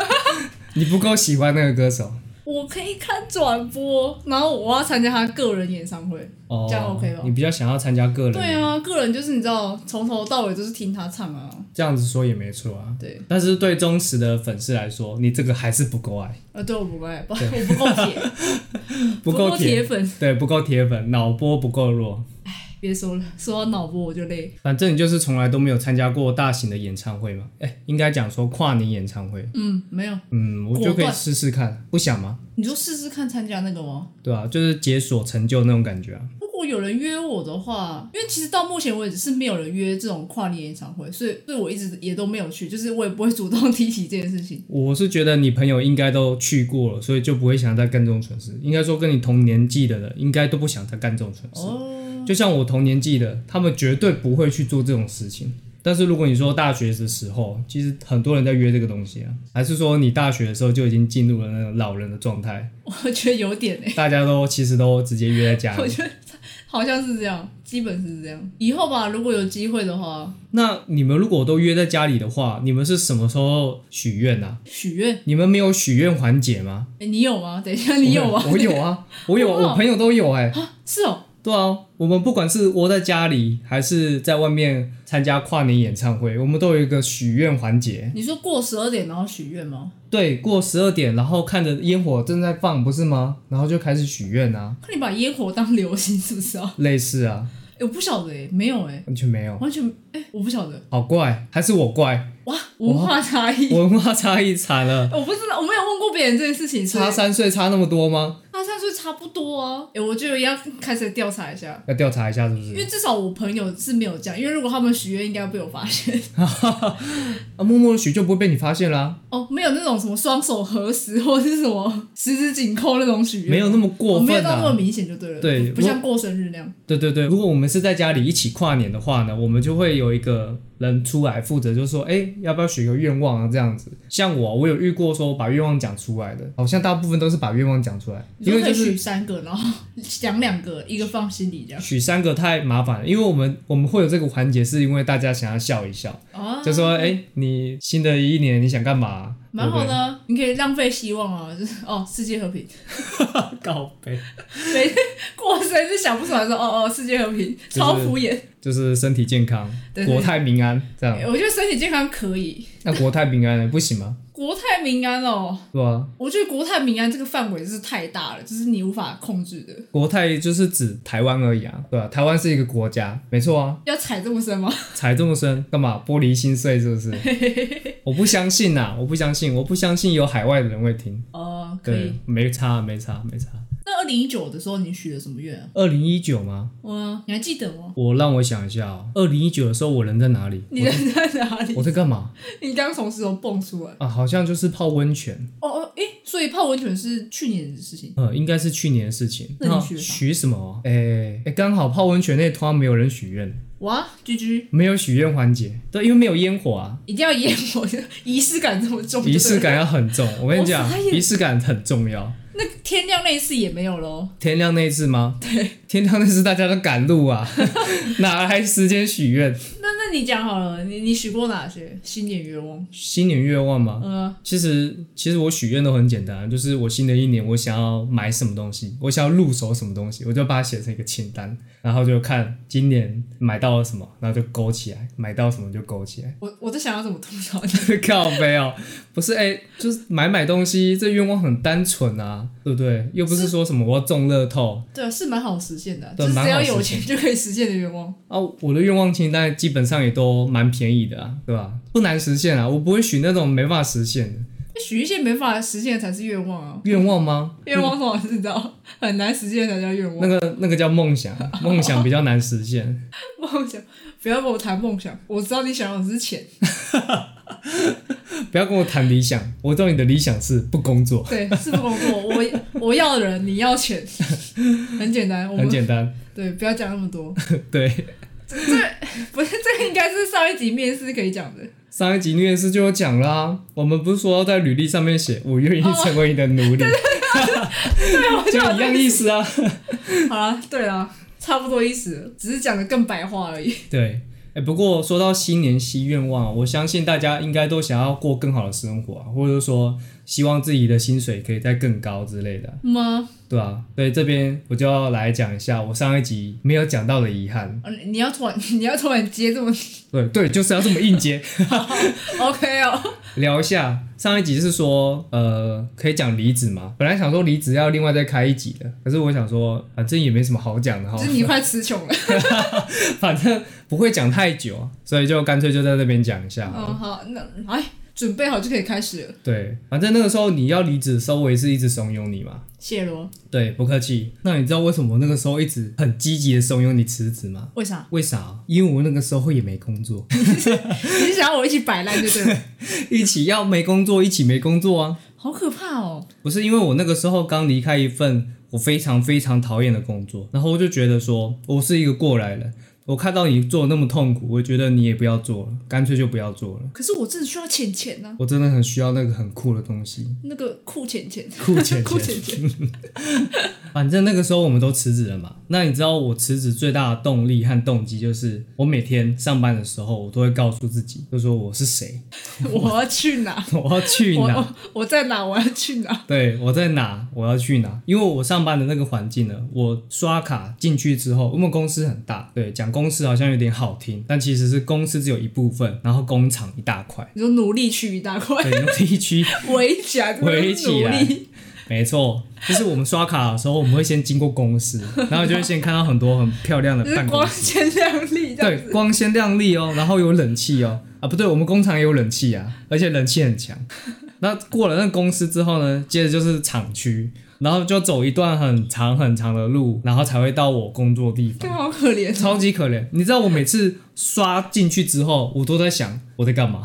Speaker 1: 你不够喜欢那个歌手。
Speaker 2: 我可以看转播，然后我要参加他个人演唱会。
Speaker 1: 哦，
Speaker 2: 这样 OK 吧
Speaker 1: 你比较想要参加个人，
Speaker 2: 对啊，个人就是你知道，从头到尾就是听他唱啊。
Speaker 1: 这样子说也没错啊。
Speaker 2: 对，
Speaker 1: 但是对忠实的粉丝来说，你这个还是不够 爱，
Speaker 2: 呃，对我不爱，不，我不够铁，
Speaker 1: 不够
Speaker 2: 铁
Speaker 1: 铁，
Speaker 2: 粉。
Speaker 1: 对，不够铁粉，脑波不够弱。
Speaker 2: 别说了，说到脑波我就累。
Speaker 1: 反正你就是从来都没有参加过大型的演唱会嘛，哎、应该讲说跨年演唱会，
Speaker 2: 嗯，没有，
Speaker 1: 嗯，我就
Speaker 2: 果
Speaker 1: 可以
Speaker 2: 断
Speaker 1: 试试看，不想吗？
Speaker 2: 你就试试看参加那个吗？
Speaker 1: 对啊，就是解锁成就那种感觉啊。
Speaker 2: 如果有人约我的话，因为其实到目前为止是没有人约这种跨年演唱会，所以所以我一直也都没有去，就是我也不会主动提起这件事情。
Speaker 1: 我是觉得你朋友应该都去过了，所以就不会想再干这种蠢事。应该说跟你同年纪的人，应该都不想再干这种蠢事。
Speaker 2: 哦，
Speaker 1: 就像我同年纪的，他们绝对不会去做这种事情。但是如果你说大学的时候，其实很多人在约这个东西啊，还是说你大学的时候就已经进入了那种老人的状态，
Speaker 2: 我觉得有点 哎、
Speaker 1: 大家都其实都直接约在家
Speaker 2: 我
Speaker 1: 里。
Speaker 2: 觉得好像是这样，基本是这样。以后吧，如果有机会的话，
Speaker 1: 那你们如果都约在家里的话，你们是什么时候许愿啊？
Speaker 2: 许愿、
Speaker 1: 你们没有许愿环节吗？
Speaker 2: 诶你有吗？等一下，你有吗？
Speaker 1: 我有啊，我有，
Speaker 2: 真的哦
Speaker 1: 我朋友都有哎、
Speaker 2: 是哦，
Speaker 1: 对啊，我们不管是窝在家里，还是在外面参加跨年演唱会，我们都有一个许愿环节。
Speaker 2: 你说过十二点然后许愿吗？
Speaker 1: 对，过十二点，然后看着烟火正在放，不是吗？然后就开始许愿啊，
Speaker 2: 看你把烟火当流星是不是啊？
Speaker 1: 类似啊，
Speaker 2: 诶我不晓得哎、没有哎、
Speaker 1: 完全没有，
Speaker 2: 完全哎、我不晓得
Speaker 1: 好怪，还是我怪，
Speaker 2: 哇，文化差异。
Speaker 1: 文化差异惨了，
Speaker 2: 我不知道，我没有问过别人这件事情，所以
Speaker 1: 差三岁差那么多吗？
Speaker 2: 他三岁差不多啊。哎、我觉得要开始调查一下，
Speaker 1: 要调查一下是不
Speaker 2: 因为
Speaker 1: 是？
Speaker 2: 至少我朋友是没有这样，因为如果他们许愿，应该被我发现。
Speaker 1: 啊，默默的许就不会被你发现啦，
Speaker 2: 哦，没有那种什么双手合十或是什么十指紧扣那种许愿，
Speaker 1: 没有那么
Speaker 2: 我
Speaker 1: 过
Speaker 2: 没有
Speaker 1: 分
Speaker 2: 到那么
Speaker 1: 啊。
Speaker 2: 明显就对了，
Speaker 1: 对
Speaker 2: 不不
Speaker 1: 如
Speaker 2: 像过生日那样。
Speaker 1: 对对对，如果我们是在家里一起跨年的话呢，我们就会有一个人出来负责，就说，哎，要不要许个愿望啊？这样子。像我，我有遇过说把愿望讲出来的，好像大部分都是把愿望讲出来，
Speaker 2: 你
Speaker 1: 因为
Speaker 2: 说可
Speaker 1: 就
Speaker 2: 以
Speaker 1: 是
Speaker 2: 许啊三个，然后讲两个，一个放心里这样。
Speaker 1: 取三个太麻烦了，因为我们我们会有这个环节，是因为大家想要笑一笑，
Speaker 2: 哦，
Speaker 1: 就说哎、诶你新的一年你想干嘛？
Speaker 2: 蛮好的啊，你可以浪费希望啊，就是哦，世界和平。
Speaker 1: 告白
Speaker 2: 谁过生日想不出来说哦哦，世界和平，
Speaker 1: 是
Speaker 2: 超敷衍。
Speaker 1: 就是身体健康，
Speaker 2: 对对
Speaker 1: 国泰民安这样。
Speaker 2: 我觉得身体健康可以，
Speaker 1: 那国泰民安呢？不行吗？
Speaker 2: 国泰民安哦，
Speaker 1: 对吧、啊？
Speaker 2: 我觉得国泰民安这个范围是太大了，就是你无法控制的。
Speaker 1: 国泰就是指台湾而已啊，对吧、台湾是一个国家，没错啊。
Speaker 2: 要踩这么深吗？
Speaker 1: 踩这么深干嘛？玻璃心碎是不 是？我不相信呐、我不相信，我不相信有海外的人会听。
Speaker 2: 哦，可
Speaker 1: 对
Speaker 2: 以。，
Speaker 1: 没差，没差，没差。
Speaker 2: 那二零一九的时候你许了什么愿啊？
Speaker 1: 二零一九吗？
Speaker 2: 哇，你还记得吗？
Speaker 1: 我让我想一下哦，二零一九的时候我人在哪里？
Speaker 2: 你人在哪
Speaker 1: 我
Speaker 2: 里？
Speaker 1: 我在干嘛
Speaker 2: 你刚从石头蹦出来。
Speaker 1: 啊？好像就是泡温泉，
Speaker 2: 哦哦，诶，所以泡温泉是去年的事情。
Speaker 1: 呃，应该是去年的事情。
Speaker 2: 那你
Speaker 1: 那
Speaker 2: 许了啥
Speaker 1: 许什么？哎、哎、刚好泡温泉那突然没有人许愿，
Speaker 2: 哇，居居，
Speaker 1: 没有许愿环节，对，因为没有烟火啊。
Speaker 2: 一定要演我的仪式感这么重。
Speaker 1: 仪式。感要很重，我跟你讲
Speaker 2: 我傻，眼
Speaker 1: 仪式感很重要。
Speaker 2: 那天亮那一次也没有喽。
Speaker 1: 天亮那一次吗？对，天亮那次大家都赶路啊， 哪来时间许愿？
Speaker 2: 那那你讲好了，你你许过哪些新年愿望？
Speaker 1: 新年愿望吗？
Speaker 2: 嗯，
Speaker 1: 其实其实我许愿都很简单，啊就是我新的一年我想要买什么东西，我想要入手什么东西，我就把它写成一个清单，然后就看今年买到了什么，然后就勾起来，买到什么就勾起来。
Speaker 2: 我我在想要怎么吐槽你。
Speaker 1: 靠背哦，不是哎、就是买买东西，这愿望很单纯啊，对不对？又不是说什么我要中乐透
Speaker 2: 对啊，是蛮好实现的啊，
Speaker 1: 对
Speaker 2: 就是
Speaker 1: 蛮
Speaker 2: 只要
Speaker 1: 好
Speaker 2: 有
Speaker 1: 实现
Speaker 2: 钱就可以实现的愿望。
Speaker 1: 啊，我的愿望清单基本上也都蛮便宜的啊，对吧？不难实现啊，我不会许那种没办法实现的
Speaker 2: 许一些没法实现的才是愿望啊，
Speaker 1: 愿望吗？
Speaker 2: 愿望通常是知道 很难实现才叫愿
Speaker 1: 那
Speaker 2: 望。
Speaker 1: 个那个叫梦 想，梦想比较难实现。
Speaker 2: 梦想，不要跟我谈梦想，我知道你想要的是钱。
Speaker 1: 不要跟我谈理想，我知道你的理想是不工作，
Speaker 2: 对，是不工作，我我要人，你 要钱，很简单。我
Speaker 1: 很
Speaker 2: 们
Speaker 1: 简单。
Speaker 2: 对，不要讲那么多。
Speaker 1: 对，
Speaker 2: 不是，这个应该是上一集面试可以讲的。
Speaker 1: 上一集面试就有讲啦，我们不是说要在履历上面写我愿意成为你的 奴隶，
Speaker 2: 哦对，我
Speaker 1: 就 一
Speaker 2: 就
Speaker 1: 样意思啊。
Speaker 2: 好了，对了，差不多意思了，只是讲的更白话而已。
Speaker 1: 对，哎、不过说到新年新愿望，啊我相信大家应该都想要过更好的生活啊，或者说希望自己的薪水可以再更高之类的，
Speaker 2: 吗？
Speaker 1: 对啊，所以这边我就要来讲一下我上一集没有讲到的遗憾。
Speaker 2: 呃你你要突然 你要突然接这么
Speaker 1: 对对，就是要这么硬接
Speaker 2: OK 哦？
Speaker 1: 聊一下。上一集是说，呃，可以讲离职嘛？本来想说离职要另外再开一集的，可是我想说，反正也没什么好讲的哈
Speaker 2: 就，是你快词穷了。
Speaker 1: 反正不会讲太久啊，所以就干脆就在这边讲一下啊好了。
Speaker 2: 嗯，好，那哎，准备好就可以开始了。
Speaker 1: 对，反正那个时候你要离职的时候，我也是一直怂恿你嘛。
Speaker 2: 谢罗，
Speaker 1: 对，不客气。那你知道为什么我那个时候一直很积极的怂恿你辞职吗？
Speaker 2: 为啥？
Speaker 1: 为啥？因为我那个时候也没工作，
Speaker 2: 你想要我一起摆烂就对了，
Speaker 1: 一起要没工作，一起没工作啊！
Speaker 2: 好可怕哦！
Speaker 1: 不是因为我那个时候刚离开一份我非常非常讨厌的工作，然后我就觉得说，我是一个过来人，我看到你做得那么痛苦，我觉得你也不要做了，干脆就不要做了。
Speaker 2: 可是我真的需要钱钱呢、
Speaker 1: 我真的很需要那个很酷的东西。
Speaker 2: 那个酷钱钱，
Speaker 1: 酷钱
Speaker 2: 酷钱钱，
Speaker 1: 反正那个时候我们都辞职了嘛。那你知道我辞职最大的动力和动机就是，我每天上班的时候，我都会告诉自己，就说我是谁，
Speaker 2: 我要去哪？
Speaker 1: 我要去
Speaker 2: 我
Speaker 1: 哪，
Speaker 2: 我我在哪？我要去哪？
Speaker 1: 对我在哪，我要去哪。因为我上班的那个环境呢，我刷卡进去之后，我们公司很大，对，讲公司好像有点好听，但其实是公司只有一部分，然后工厂一大块，
Speaker 2: 你说努力去一大块，
Speaker 1: 对，那地区
Speaker 2: 围起来，
Speaker 1: 围起来
Speaker 2: 努力。
Speaker 1: 没错，就是我们刷卡的时候，我们会先经过公司，然后就会先看到很多很漂亮的
Speaker 2: 就是
Speaker 1: 办公
Speaker 2: 光
Speaker 1: 室。
Speaker 2: 鲜亮丽这
Speaker 1: 对
Speaker 2: 样，子。
Speaker 1: 光鲜亮丽哦，然后有冷气哦，啊不对，我们工厂也有冷气啊，而且冷气很 强。那过了那个公司之后呢，接着就是厂区，然后就走一段很长很长的路，然后才会到我工作地
Speaker 2: 这
Speaker 1: 方，
Speaker 2: 好可怜哦，
Speaker 1: 超级可怜。你知道我每次刷进去之后，我都在想我在干嘛，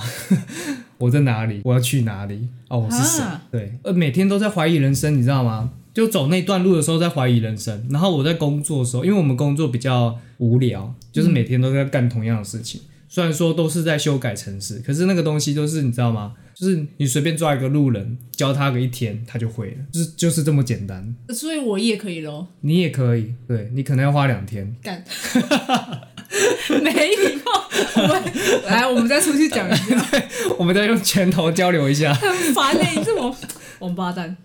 Speaker 1: 我在哪里，我要去哪里，哦，我是谁
Speaker 2: 啊？
Speaker 1: 对，呃，每天都在怀疑人生，你知道吗？就走那段路的时候在怀疑人生，然后我在工作的时候，因为我们工作比较无聊，就是每天都在干同样的事情。虽然说都是在修改城市，可是那个东西就是你知道吗？就是你随便抓一个路人，教他个一天，他就会了，就是就是这么简单。
Speaker 2: 所以我也可以喽。
Speaker 1: 你也可以，对你可能要花两天，
Speaker 2: 干，没礼貌。我们来，我们再出去讲一下，
Speaker 1: 我们再用拳头交流一下。
Speaker 2: 很烦哎、你这么王八蛋。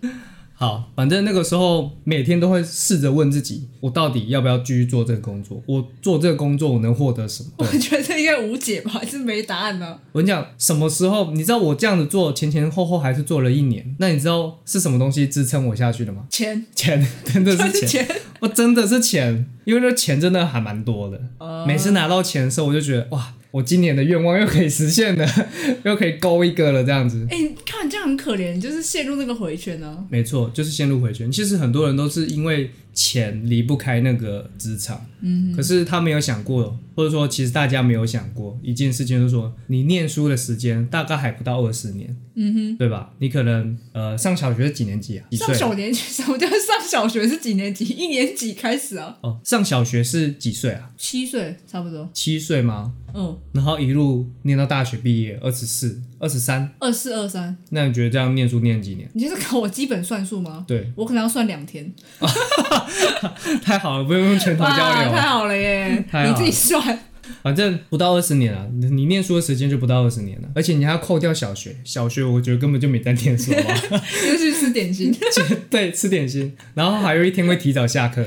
Speaker 1: 好，反正那个时候每天都会试着问自己，我到底要不要继续做这个工作？我做这个工作我能获得什么？
Speaker 2: 我觉得这应该无解吧，是没答案呢、
Speaker 1: 我跟你讲，什么时候你知道我这样子做，前前后后还是做了一年，那你知道是什么东西支撑我下去的吗？
Speaker 2: 钱
Speaker 1: 钱，真的
Speaker 2: 就是是
Speaker 1: 钱，
Speaker 2: 钱，
Speaker 1: 我真的是钱，因为这钱真的还蛮多的。每次拿到钱的时候，我就觉得哇，我今年的愿望又可以实现了， 又可以勾一个了，这样子。
Speaker 2: 哎、你看这样很可怜，就是陷入那个回圈呢、
Speaker 1: 没错，就是陷入回圈。其实很多人都是因为钱离不开那个职场，嗯，可是他没有想过，或者说其实大家没有想过一件事情，就是说你念书的时间大概还不到二十年，嗯哼，对吧？你可能呃上小学几年级啊？几岁
Speaker 2: 上？小年级， 什么叫上小学是几年级？一年级开始啊，
Speaker 1: 哦，上小学是几岁啊？
Speaker 2: 七岁差不多，
Speaker 1: 七岁吗？
Speaker 2: 嗯，
Speaker 1: 然后一路念到大学毕业，二十四、二十三，
Speaker 2: 二四二三，
Speaker 1: 那你觉得这样念书念几年？
Speaker 2: 你就是考我基本算术吗？
Speaker 1: 对，
Speaker 2: 我可能要算两天，
Speaker 1: 太好了，不用用拳头
Speaker 2: 哇，
Speaker 1: 交流。啊
Speaker 2: 太好了耶！
Speaker 1: 太好
Speaker 2: 你
Speaker 1: 了
Speaker 2: 自己算，
Speaker 1: 反正不到二十年啊，你你念书的时间就不到二十年了，而且你还要扣掉小学，小学我觉得根本就没在念书好不 好
Speaker 2: 就去吃点 心。
Speaker 1: 对，吃点心，然后还有一天会提早下课，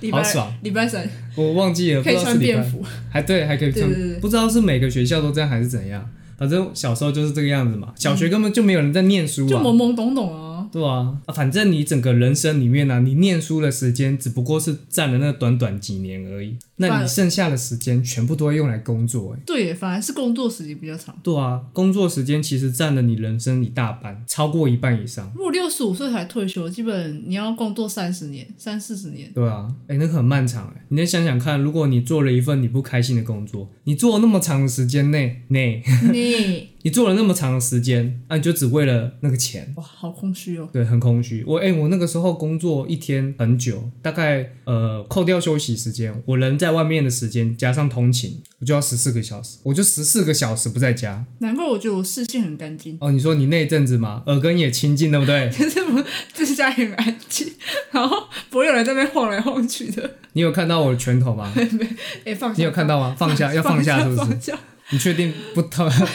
Speaker 2: 礼
Speaker 1: 好
Speaker 2: 拜
Speaker 1: 爽
Speaker 2: 礼拜三
Speaker 1: 我忘记了，不
Speaker 2: 可
Speaker 1: 知
Speaker 2: 以
Speaker 1: 道是
Speaker 2: 穿
Speaker 1: 礼
Speaker 2: 便
Speaker 1: 拜，
Speaker 2: 服，
Speaker 1: 还对，还可以穿
Speaker 2: 对对，对
Speaker 1: 不知道是每个学校都这样还是怎样，反正小时候就是这个样子嘛，小学根本就没有人在念书
Speaker 2: 嗯就
Speaker 1: 啊。
Speaker 2: 懵懵懂懂啊。
Speaker 1: 对啊，啊反正你整个人生里面呢、啊你念书的时间只不过是占了那短短几年而已，那
Speaker 2: 反
Speaker 1: 你
Speaker 2: 而
Speaker 1: 剩下的时间全部都会用来工作、欸，
Speaker 2: 对耶，反而是工作时间比较长。
Speaker 1: 对啊，工作时间其实占了你人生一大半，超过一半以上。
Speaker 2: 如果六十五岁才退休，基本你要工作三十年、三四十 年。
Speaker 1: 对啊，哎、那个很漫长哎、你能想想看，如果你做了一份你不开心的工作，你做了那么长的时间内内，
Speaker 2: 你
Speaker 1: 你做了那么长的时间，啊，你就只为了那个钱，
Speaker 2: 哇，好空虚哦。
Speaker 1: 对，很空虚。我哎、我那个时候工作一天很久，大概呃扣掉休息时间，我人在外面的时间加上通勤，我就要十四个小时，我就十四个小时不在家。
Speaker 2: 难怪我觉得我视线很干净，
Speaker 1: 哦，你说你那一阵子嘛，耳根也清净，对不对？
Speaker 2: 就是我就是家里很安静， 然后不会有人在那边晃来晃去的。
Speaker 1: 你有看到我的拳头吗？
Speaker 2: 哎，放下，
Speaker 1: 你有看到吗？ 放下，要放下，是不是
Speaker 2: 放？下，
Speaker 1: 你确定不他
Speaker 2: 要放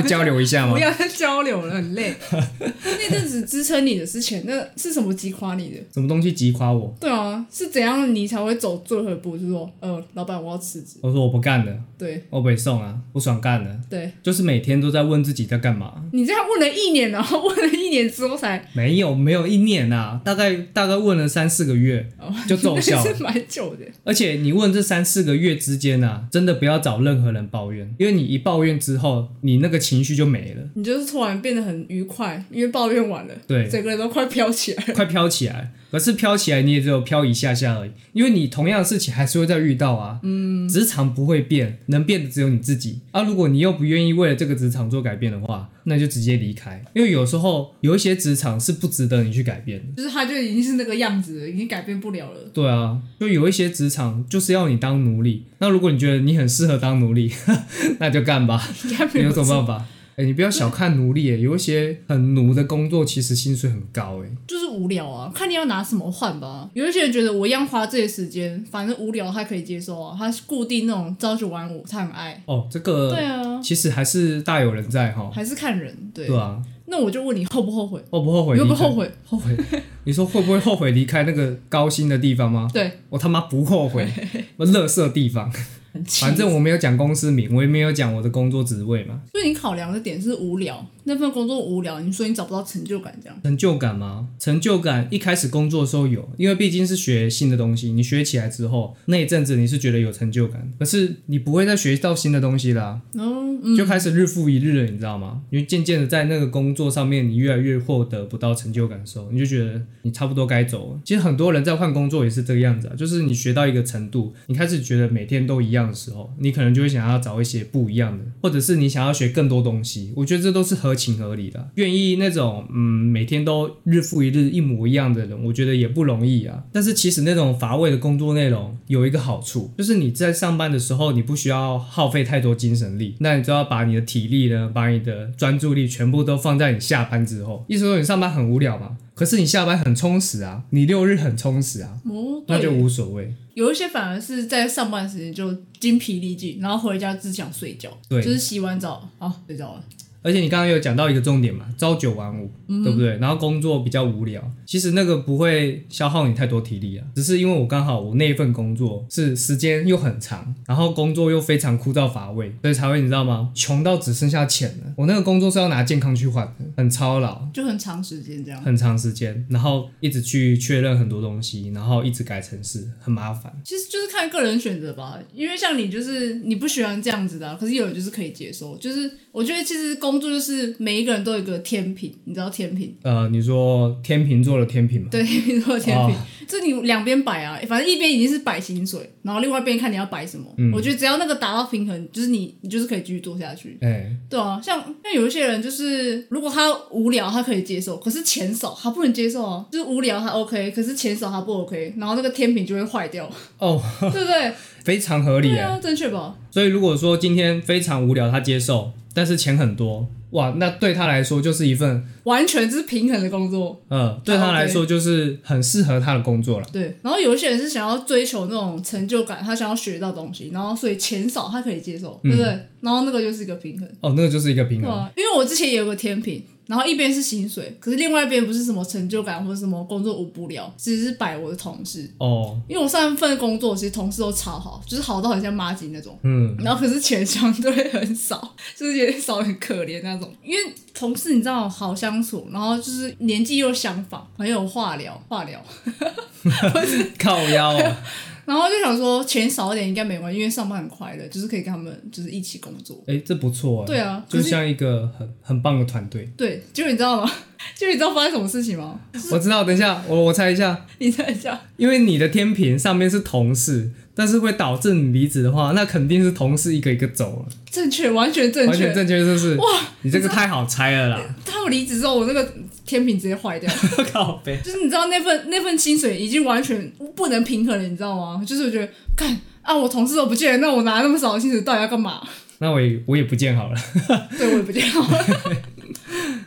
Speaker 2: 下
Speaker 1: 不交流一下吗
Speaker 2: 不？要再交流了，很累。那阵子支撑你的是钱，那是什么击垮你的？
Speaker 1: 什么东西击垮我？
Speaker 2: 对啊，是怎样你才会走最后一步？就是说，呃，老板，我要辞职。
Speaker 1: 我说我不干了，
Speaker 2: 对
Speaker 1: 我北送啊，不爽干了，
Speaker 2: 对，
Speaker 1: 就是每天都在问自己在干嘛。
Speaker 2: 你这样问了一年，然后问了一年之后才，
Speaker 1: 没有没有一年啊，大概大概问了三四个月
Speaker 2: 哦
Speaker 1: 就奏
Speaker 2: 也
Speaker 1: 效了。
Speaker 2: 是蛮久的。
Speaker 1: 而且你问这三四个月之间啊，真的不要找任何人抱怨，因为你一抱怨之后，你那个情绪就没了，
Speaker 2: 你就是突然变得很愉快，因为抱怨完了，
Speaker 1: 对
Speaker 2: 整个人都快飘起 来了。
Speaker 1: 快飘起来。可是飘起来你也只有飘一下下而已，因为你同样的事情还是会再遇到啊。嗯，职场不会变，能变的只有你自己啊。如果你又不愿意为了这个职场做改变的话，那就直接离开，因为有时候有一些职场是不值得你去改变的。
Speaker 2: 就是他就已经是那个样子了，已经改变不了了。
Speaker 1: 对啊，就有一些职场就是要你当奴隶。那如果你觉得你很适合当奴隶， 那就干吧。
Speaker 2: 应该没
Speaker 1: 你有什么
Speaker 2: 错，
Speaker 1: 办法？哎、你不要小看奴隶耶，有一些很奴的工作，其实薪水很高哎。
Speaker 2: 就是无聊啊，看你要拿什么换吧。有一些人觉得我一样花这些时间，反正无聊他可以接受啊。他是固定那种朝九晚五，他很爱。
Speaker 1: 哦，这个
Speaker 2: 对啊，
Speaker 1: 其实还是大有人在哈。
Speaker 2: 还是看人。对，
Speaker 1: 对啊，
Speaker 2: 那我就问你后不后悔？
Speaker 1: 后不后悔？
Speaker 2: 你会不
Speaker 1: 离
Speaker 2: 会
Speaker 1: 开
Speaker 2: 后？悔？
Speaker 1: 后悔？你说会不会后悔离开那个高薪的地方吗？
Speaker 2: 对，
Speaker 1: 我他妈不后 悔，我乐色地方。
Speaker 2: 很气
Speaker 1: 反正我没有讲公司名，我也没有讲我的工作职位嘛。
Speaker 2: 所以你考量的点是无聊，那份工作无聊，你说你找不到成就感，这样
Speaker 1: 成就感吗？成就感一开始工作的时候有，因为毕竟是学新的东西，你学起来之后那一阵子你是觉得有成就感，可是你不会再学到新的东西啦、
Speaker 2: 然后嗯，
Speaker 1: 就开始日复一日了，你知道吗？因为渐渐的在那个工作上面，你越来越获得不到成就感的时候，你就觉得你差不多该走了。其实很多人在换工作也是这个样子啊，就是你学到一个程度，你开始觉得每天都一样的时候，你可能就会想要找一些不一样的，或者是你想要学更多东西。我觉得这都是合合情合理的。啊愿意那种嗯每天都日复一日一模一样的人，我觉得也不容易啊。但是其实那种乏味的工作内容有一个好处，就是你在上班的时候你不需要耗费太多精神力，那你就要把你的体力呢，把你的专注力全部都放在你下班之后。意思说你上班很无聊嘛，可是你下班很充实啊，你六日很充实啊，
Speaker 2: 哦，
Speaker 1: 那
Speaker 2: 对，
Speaker 1: 就无所谓。
Speaker 2: 有一些反而是在上班时间就精疲力尽，然后回家只想睡觉，
Speaker 1: 对
Speaker 2: 就是洗完澡啊睡着了。
Speaker 1: 而且你刚刚有讲到一个重点嘛，朝九晚五，对不对？然后工作比较无聊，其实那个不会消耗你太多体力啊，只是因为我刚好我那一份工作是时间又很长，然后工作又非常枯燥乏味，所以才会你知道吗？穷到只剩下钱了。我那个工作是要拿健康去换的，很操劳。
Speaker 2: 就很长时间这样。
Speaker 1: 很长时间，然后一直去确认很多东西，然后一直改程式，很麻烦。
Speaker 2: 其实就是看个人选择吧，因为像你就是你不喜欢这样子的啊、可是有人就是可以接受。就是我觉得其实工作就是每一个人都有一个天平，你知道天平？
Speaker 1: 呃，你说天秤座的天秤嘛，
Speaker 2: 对，天平都有天平，
Speaker 1: 哦
Speaker 2: 这你两边摆啊，反正一边已经是摆薪水，然后另外一边看你要摆什么。
Speaker 1: 嗯
Speaker 2: 我觉得只要那个达到平衡，就是你你就是可以继续做下去。
Speaker 1: 哎、
Speaker 2: 对啊，像像有一些人就是，如果他无聊，他可以接受，可是钱少他不能接受啊。就是无聊他 OK，可是钱少他不 OK，然后那个天平就会坏掉，
Speaker 1: 哦，
Speaker 2: 对不对？
Speaker 1: 非常 合理
Speaker 2: 对
Speaker 1: 哎、
Speaker 2: 啊，正确吧？
Speaker 1: 所以如果说今天非常无聊，他接受，但是钱很多，哇，那对他来说就是一份，
Speaker 2: 完全是平衡的工作。
Speaker 1: 呃，对他来说就是很适合他的工作了。
Speaker 2: 对，然后有一些人是想要追求那种成就感，他想要学到东西，然后所以钱少他可以接受，对不对？然后那个就是一个平衡，
Speaker 1: 哦，那个就是一个平
Speaker 2: 对
Speaker 1: 衡。
Speaker 2: 啊，因为我之前也有个天平，然后一边是薪水，可是另外一边不是什么成就感或者什么工作无不了，只是摆我的同事。
Speaker 1: 哦，
Speaker 2: 因为我上一份工作，其实同事都超好，就是好到很像妈吉那种，
Speaker 1: 嗯，
Speaker 2: 然后可是钱相对很少，就是有点少很可怜那种。因为同事你知道好相处，然后就是年纪又相仿，很有话聊话聊，
Speaker 1: 靠腰哦，
Speaker 2: 然后就想说钱少一点应该没关系，因为上班很快乐，就是可以跟他们就是一起工作。
Speaker 1: 哎，这不错哎。
Speaker 2: 对啊，可
Speaker 1: 就是像一个很很棒的团队。
Speaker 2: 对，结果你知道吗？结果你知道发生什么事情吗？
Speaker 1: 我知道，等一下，我我猜一下，
Speaker 2: 你猜一下，
Speaker 1: 因为你的天平上面是同事，但是会导致你离职的话，那肯定是同事一个一个走了，
Speaker 2: 正确，完全正
Speaker 1: 完
Speaker 2: 确
Speaker 1: 全。正确，是不是？哇，你这个太好猜了 啦！
Speaker 2: 他有离职之后，我那个天平直接坏掉。
Speaker 1: 靠背。
Speaker 2: 就是你知道那份那份薪水已经完全不能平衡了，你知道吗？就是我觉得，看啊，我同事都不见了，那我拿那么少的薪水到底要干嘛？
Speaker 1: 那我也我也不见好了。
Speaker 2: 对我也不见了。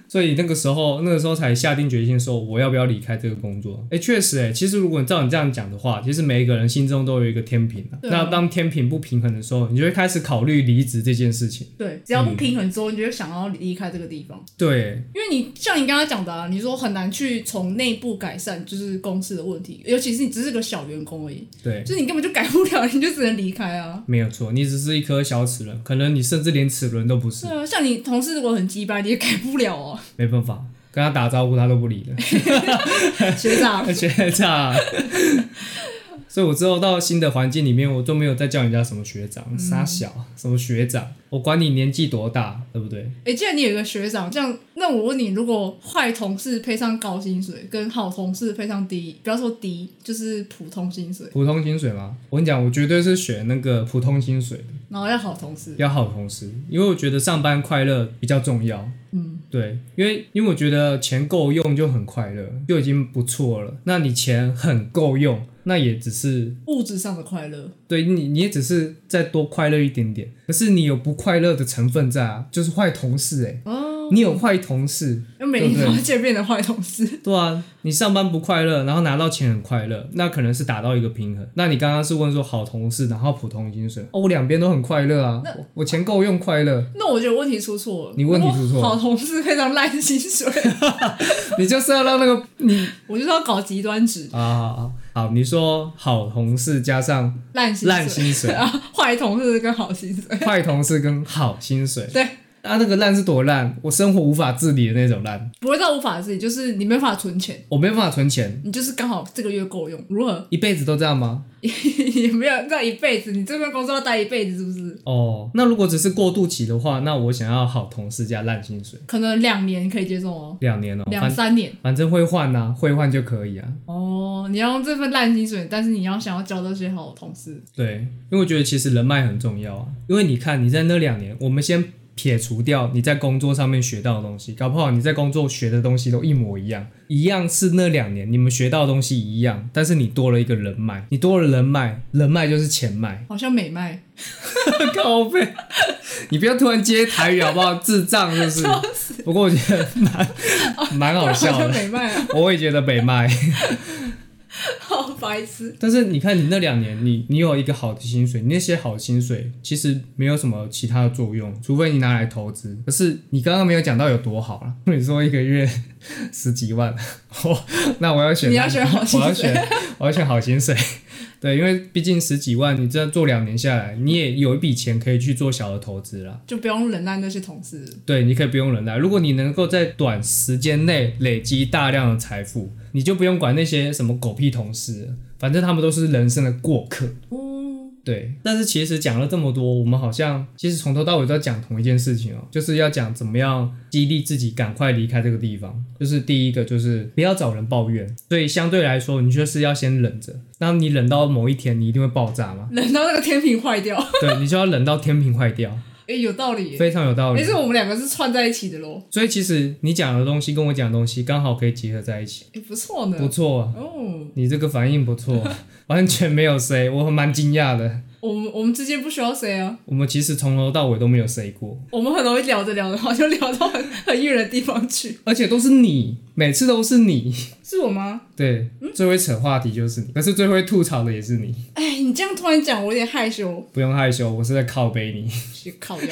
Speaker 1: 所以那个时候，那个时候才下定决心说我要不要离开这个工作。哎、确实、诶哎，其实如果照你这样讲的话，其实每一个人心中都有一个天平、啊、
Speaker 2: 对啊
Speaker 1: 那当天平不平衡的时候，你就会开始考虑离职这件事情。
Speaker 2: 对，只要不平衡之后，你就会想要离开这个地方。
Speaker 1: 对，
Speaker 2: 因为你像你刚刚讲的啊，你说很难去从内部改善就是公司的问题，尤其是你只是个小员工而已，
Speaker 1: 对，
Speaker 2: 就是你根本就改不了，你就只能离开啊。
Speaker 1: 没有错，你只是一颗小齿轮，可能你甚至连齿轮都不是
Speaker 2: 对，啊，像你同事如果很鸡掰，你也改不了哦、
Speaker 1: 没办法，跟他打招呼他都不理 的。
Speaker 2: 学长。
Speaker 1: 而且长，所以我之后到新的环境里面，我都没有再叫人家什么学
Speaker 2: 嗯
Speaker 1: 长、傻小、什么学长，我管你年纪多大，对不对？
Speaker 2: 哎、既然你有一个学长，这样，那我问你，如果坏同事配上高薪水，跟好同事配上低，不要说低，就是普通薪水，
Speaker 1: 普通薪水吗？我跟你讲，我绝对是选那个普通薪水，
Speaker 2: 然后要好同事，
Speaker 1: 要好同事，因为我觉得上班快乐比较重要。嗯，对，因为因为我觉得钱够用就很快乐，就已经不错了。那你钱很够用，那也只是
Speaker 2: 物质上的快乐，
Speaker 1: 对你，你也只是再多快乐一点点。可是你有不快乐的成分在啊，就是坏同事哎、
Speaker 2: 哦，
Speaker 1: 你有坏同事，
Speaker 2: 要每天
Speaker 1: 对
Speaker 2: 都
Speaker 1: 不对
Speaker 2: 要见面的坏同事，
Speaker 1: 对啊，你上班不快乐，然后拿到钱很快乐，那可能是达到一个平衡。那你刚刚是问说好同事，然后普通薪水，哦，我两边都很快乐啊，我我钱够用快乐，
Speaker 2: 那我觉得问题出错了，
Speaker 1: 你问题出错了
Speaker 2: 如果好同事配上烂薪水，
Speaker 1: 你就是要让那个你
Speaker 2: 我就是要搞极端值，
Speaker 1: 啊好好，你说好同事加上
Speaker 2: 烂薪
Speaker 1: 烂
Speaker 2: 水，
Speaker 1: 薪 水，
Speaker 2: 啊，坏同事跟好薪水，
Speaker 1: 坏同事跟好薪水，
Speaker 2: 对，
Speaker 1: 啊，那个烂是多烂，我生活无法自理的那种烂，
Speaker 2: 不会到无法自己，就是你没法存钱，
Speaker 1: 我没办法存钱，
Speaker 2: 你就是刚好这个月够用，如何？
Speaker 1: 一辈子都这样吗？
Speaker 2: 也没有到一辈子，你这份工作要待一辈子是不是？
Speaker 1: 哦，那如果只是过渡期的话，那我想要好同事加烂薪水，
Speaker 2: 可能两年可以接受哦，
Speaker 1: 两年哦，
Speaker 2: 两
Speaker 1: 反
Speaker 2: 三年
Speaker 1: 反正会换呐、会换就可以啊。
Speaker 2: 哦。你要用这份烂薪水，但是你要想要交到一些好同事，，
Speaker 1: 对，因为我觉得其实人脉很重要啊。因为你看你在那两年，我们先撇除掉你在工作上面学到的东西，搞不好你在工作学的东西都一模一样，一样是那两年你们学到的东西一样，但是你多了一个人脉，你多了人脉，人脉就是钱脉
Speaker 2: 好像美卖，
Speaker 1: 靠背，你不要突然接台语好不好？智障是不是？不过我觉得蛮蛮好 笑
Speaker 2: 像
Speaker 1: 的，
Speaker 2: 美 卖啊，
Speaker 1: 我也觉得北麦。
Speaker 2: 好白痴。
Speaker 1: 但是你看，你那两年，你你有一个好的薪水，你那些好薪水其实没有什么其他的作用，除非你拿来投资。可是你刚刚没有讲到有多好啊， 你说一个月十几万， 哦，那我要选，
Speaker 2: 你要选好薪水
Speaker 1: 我要选，我要选好薪水。 对，因为毕竟十几万，你这样做两年下来，你也有一笔钱可以去做小的投资啦。
Speaker 2: 就不用忍耐那些同事，
Speaker 1: 对，你可以不用忍耐。如果你能够在短时间内累积大量的财富，你就不用管那些什么狗屁同事了，反正他们都是人生的过客。
Speaker 2: 哦，？
Speaker 1: 对，但是其实讲了这么多，我们好像其实从头到尾都在讲同一件事情哦，就是要讲怎么样激励自己赶快离开这个地方。就是第一个就是不要找人抱怨，所以相对来说，你就是要先忍着。当你忍到某一天，你一定会爆炸嘛
Speaker 2: 忍到那个天平坏掉，
Speaker 1: 对你就要忍到天平坏掉，
Speaker 2: 哎、有道理耶。
Speaker 1: 非常有道理
Speaker 2: 但。是我们两个是串在一起的咯，
Speaker 1: 所以其实你讲的东西跟我讲的东西刚好可以结合在一起，
Speaker 2: 哎、不错呢。
Speaker 1: 不错啊，
Speaker 2: 哦，
Speaker 1: 你这个反应不错，啊 完全没有谁，我蛮惊讶的。
Speaker 2: 我们我们之间不需要谁啊，
Speaker 1: 我们其实从头到尾都没有谁过，
Speaker 2: 我们很容易聊着聊着，好像聊到很很 远的地方去。
Speaker 1: 而且都是你，每次都是你，
Speaker 2: 是我吗？
Speaker 1: 对，最会扯话题就是你，可是最会吐槽的也是你，
Speaker 2: 哎，你这样突然讲，我有点害羞。
Speaker 1: 不用害羞，我是在靠背你。
Speaker 2: 去靠腰。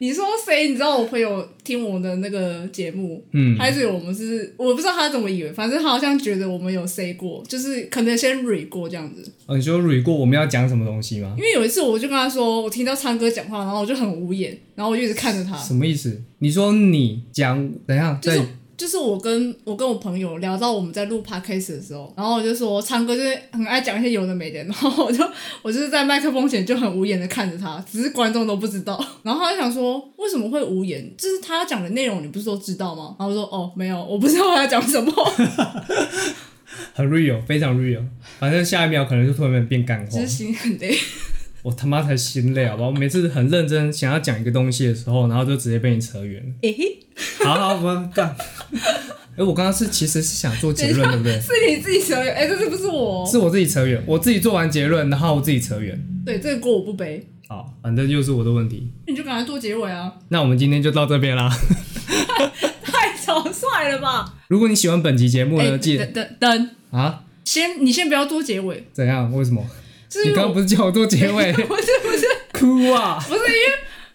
Speaker 2: 你说谁？你知道我朋友听我的那个节目，
Speaker 1: 嗯，
Speaker 2: 他就以为我们是，我不知道他怎么以为，反正他好像觉得我们有 say 过，就是可能先蕊过这样子。
Speaker 1: 哦、你说捋过我们要讲什么东西吗？
Speaker 2: 因为有一次我就跟他说，我听到昌哥讲话，然后我就很无言，然后我就一直看着他，
Speaker 1: 什么意思？你说你讲怎样？
Speaker 2: 就是
Speaker 1: 在
Speaker 2: 就是我跟我跟我朋友聊到我们在录 podcast 的时候，然后我就说昌哥就是很爱讲一些有的没的，然后我就我就是在麦克风前就很无言的看着他，只是观众都不知道。然后他就想说为什么会无言？就是他讲的内容你不是都知道吗？然后我说哦没有，我不知道他要讲什么，
Speaker 1: 很 real，非常 real，反正下一秒可能就突然变干话
Speaker 2: 就是。心很累。
Speaker 1: 我他妈才心累好不好？我每次很认真想要讲一个东西的时候，然后就直接被你扯远了。
Speaker 2: 诶、嘿，
Speaker 1: 好好，我们干。哎、我刚刚是其实是想做结 论，对不对？
Speaker 2: 是你自己扯远，哎、这是不 是我？
Speaker 1: 是我自己扯远，我自己做完结论，然后我自己扯远。
Speaker 2: 对，这个锅我不背，
Speaker 1: 好，反正又是我的问题。
Speaker 2: 你就赶快做结尾啊！
Speaker 1: 那我们今天就到这边啦。
Speaker 2: 太草率了吧？哎
Speaker 1: 如果你喜欢本期节目呢，记得
Speaker 2: 等等等，
Speaker 1: 啊，
Speaker 2: 先你先不要做结尾，
Speaker 1: 怎样？为什么？
Speaker 2: 就是
Speaker 1: 你刚刚不是叫我做结尾？
Speaker 2: 不是不是。
Speaker 1: 哭啊！
Speaker 2: 不是因为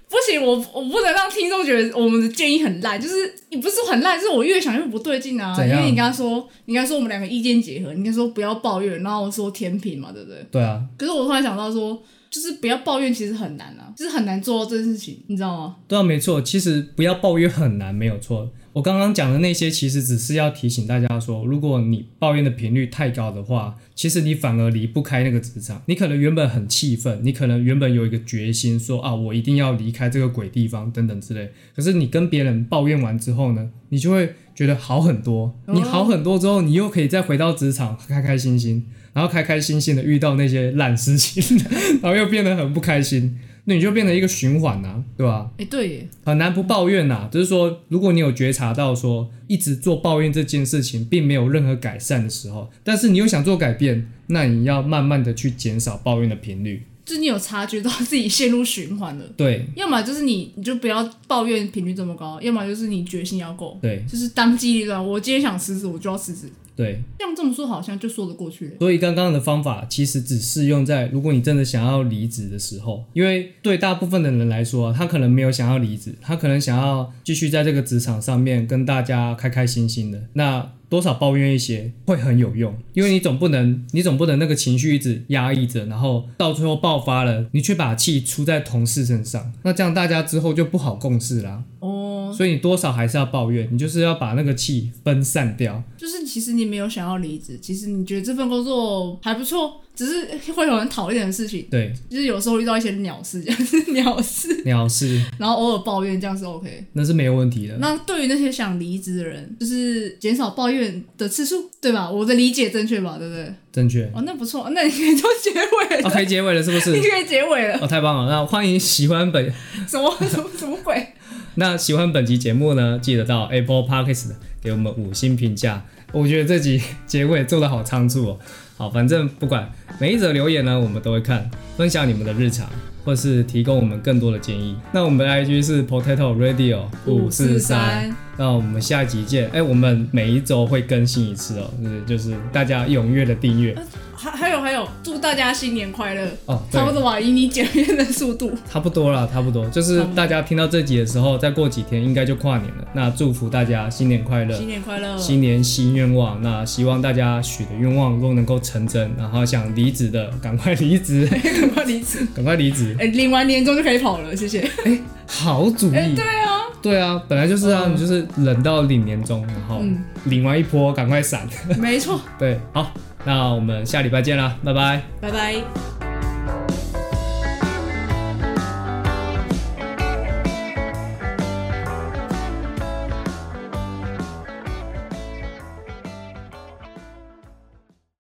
Speaker 2: 不行，我我不能让听众觉得我们的建议很烂，就是也不是很烂，就是我越想越不对劲啊。
Speaker 1: 怎
Speaker 2: 因
Speaker 1: 样
Speaker 2: 为你刚刚说，你刚刚说我们两个意见结合，你刚刚说不要抱怨，然后我说天平嘛，对不对？
Speaker 1: 对啊，
Speaker 2: 可是我突然想到说，就是不要抱怨其实很难啊，就是很难做到这件事情，你知道吗？
Speaker 1: 对啊，没错。其实不要抱怨很难，没有错。我刚刚讲的那些，其实只是要提醒大家说，如果你抱怨的频率太高的话，其实你反而离不开那个职场。你可能原本很气愤，你可能原本有一个决心说啊，我一定要离开这个鬼地方等等之类。可是你跟别人抱怨完之后呢，你就会觉得好很多。你好很多之后，你又可以再回到职场，开开心心，然后开开心心的遇到那些烂事情， 然后又变得很不开心，那你就变成一个循环呐、对吧、
Speaker 2: 哎、对耶，
Speaker 1: 很难不抱怨呐、只是说，如果你有觉察到说一直做抱怨这件事情并没有任何改善的时候，但是你又想做改变，那你要慢慢的去减少抱怨的频率。
Speaker 2: 就是你有察觉到自己陷入循环了。
Speaker 1: 对
Speaker 2: 要么就是你，你就不要抱怨频率这么高；要么就是你决心要够，
Speaker 1: 对
Speaker 2: 就是当机立断。我今天想辞职，我就要辞职。
Speaker 1: 对，
Speaker 2: 这样这么说好像就说得过去了。
Speaker 1: 所以刚刚的方法其实只适用在如果你真的想要离职的时候，因为对大部分的人来说啊，他可能没有想要离职，他可能想要继续在这个职场上面跟大家开开心心的。那多少抱怨一些会很有用，因为你总不能你总不能那个情绪一直压抑着，然后到最后爆发了，你却把气出在同事身上，那这样大家之后就不好共事啦。
Speaker 2: 哦，
Speaker 1: 所以你多少还是要抱怨，你就是要把那个气分散掉。
Speaker 2: 就是其实你没有想要离职，其实你觉得这份工作还不错，只是会有很讨厌的事情，
Speaker 1: 对，
Speaker 2: 就是有时候遇到一些鸟事，这样子鸟事，
Speaker 1: 鸟事
Speaker 2: 然后偶尔抱怨这样是 OK。
Speaker 1: 那是没有问题的。
Speaker 2: 那对于那些想离职的人，就是减少抱怨的次数，对吧？我的理解正确吧？对不对？
Speaker 1: 正确。
Speaker 2: 哦，那不错，那你可以做结尾了，
Speaker 1: 哦，可以结尾了，是不
Speaker 2: 你
Speaker 1: 是？
Speaker 2: 可以结尾了，
Speaker 1: 哦，太棒了！那欢迎喜欢本
Speaker 2: 什么 什么什么鬼？
Speaker 1: 那喜欢本集节目呢，记得到 Apple Podcast 给我们五星评价。我觉得这集 结尾做的好仓促哦。好，反正不管每一则留言呢，我们都会看，分享你们的日常，或是提供我们更多的建议。那我们的 IG 是 Potato Radio 五四三。，那我们下集见。哎、我们每一周会更新一次哦，就是就是大家踊跃的订阅
Speaker 2: 还还有还有，祝大家新年快乐！
Speaker 1: 哦。对
Speaker 2: 差不，多吧，以你检验的速度，
Speaker 1: 差不多啦，差不多。就是大家听到这集的时候，再过几天应该就跨年了。那祝福大家新年快乐
Speaker 2: 新。年快乐！
Speaker 1: 新年新愿望，那希望大家许的愿望都能够成真，然后想离职的赶快离 职，
Speaker 2: 赶快离职，
Speaker 1: 赶快离职，
Speaker 2: 哎，领完年终就可以跑了，谢谢。
Speaker 1: 好主意。对啊，本来就是啊，你就是忍到领年终，然后
Speaker 2: 嗯
Speaker 1: 领完一波赶快闪。
Speaker 2: 没错，
Speaker 1: 对，好，那我们下礼拜见啦，拜拜。
Speaker 2: 拜拜。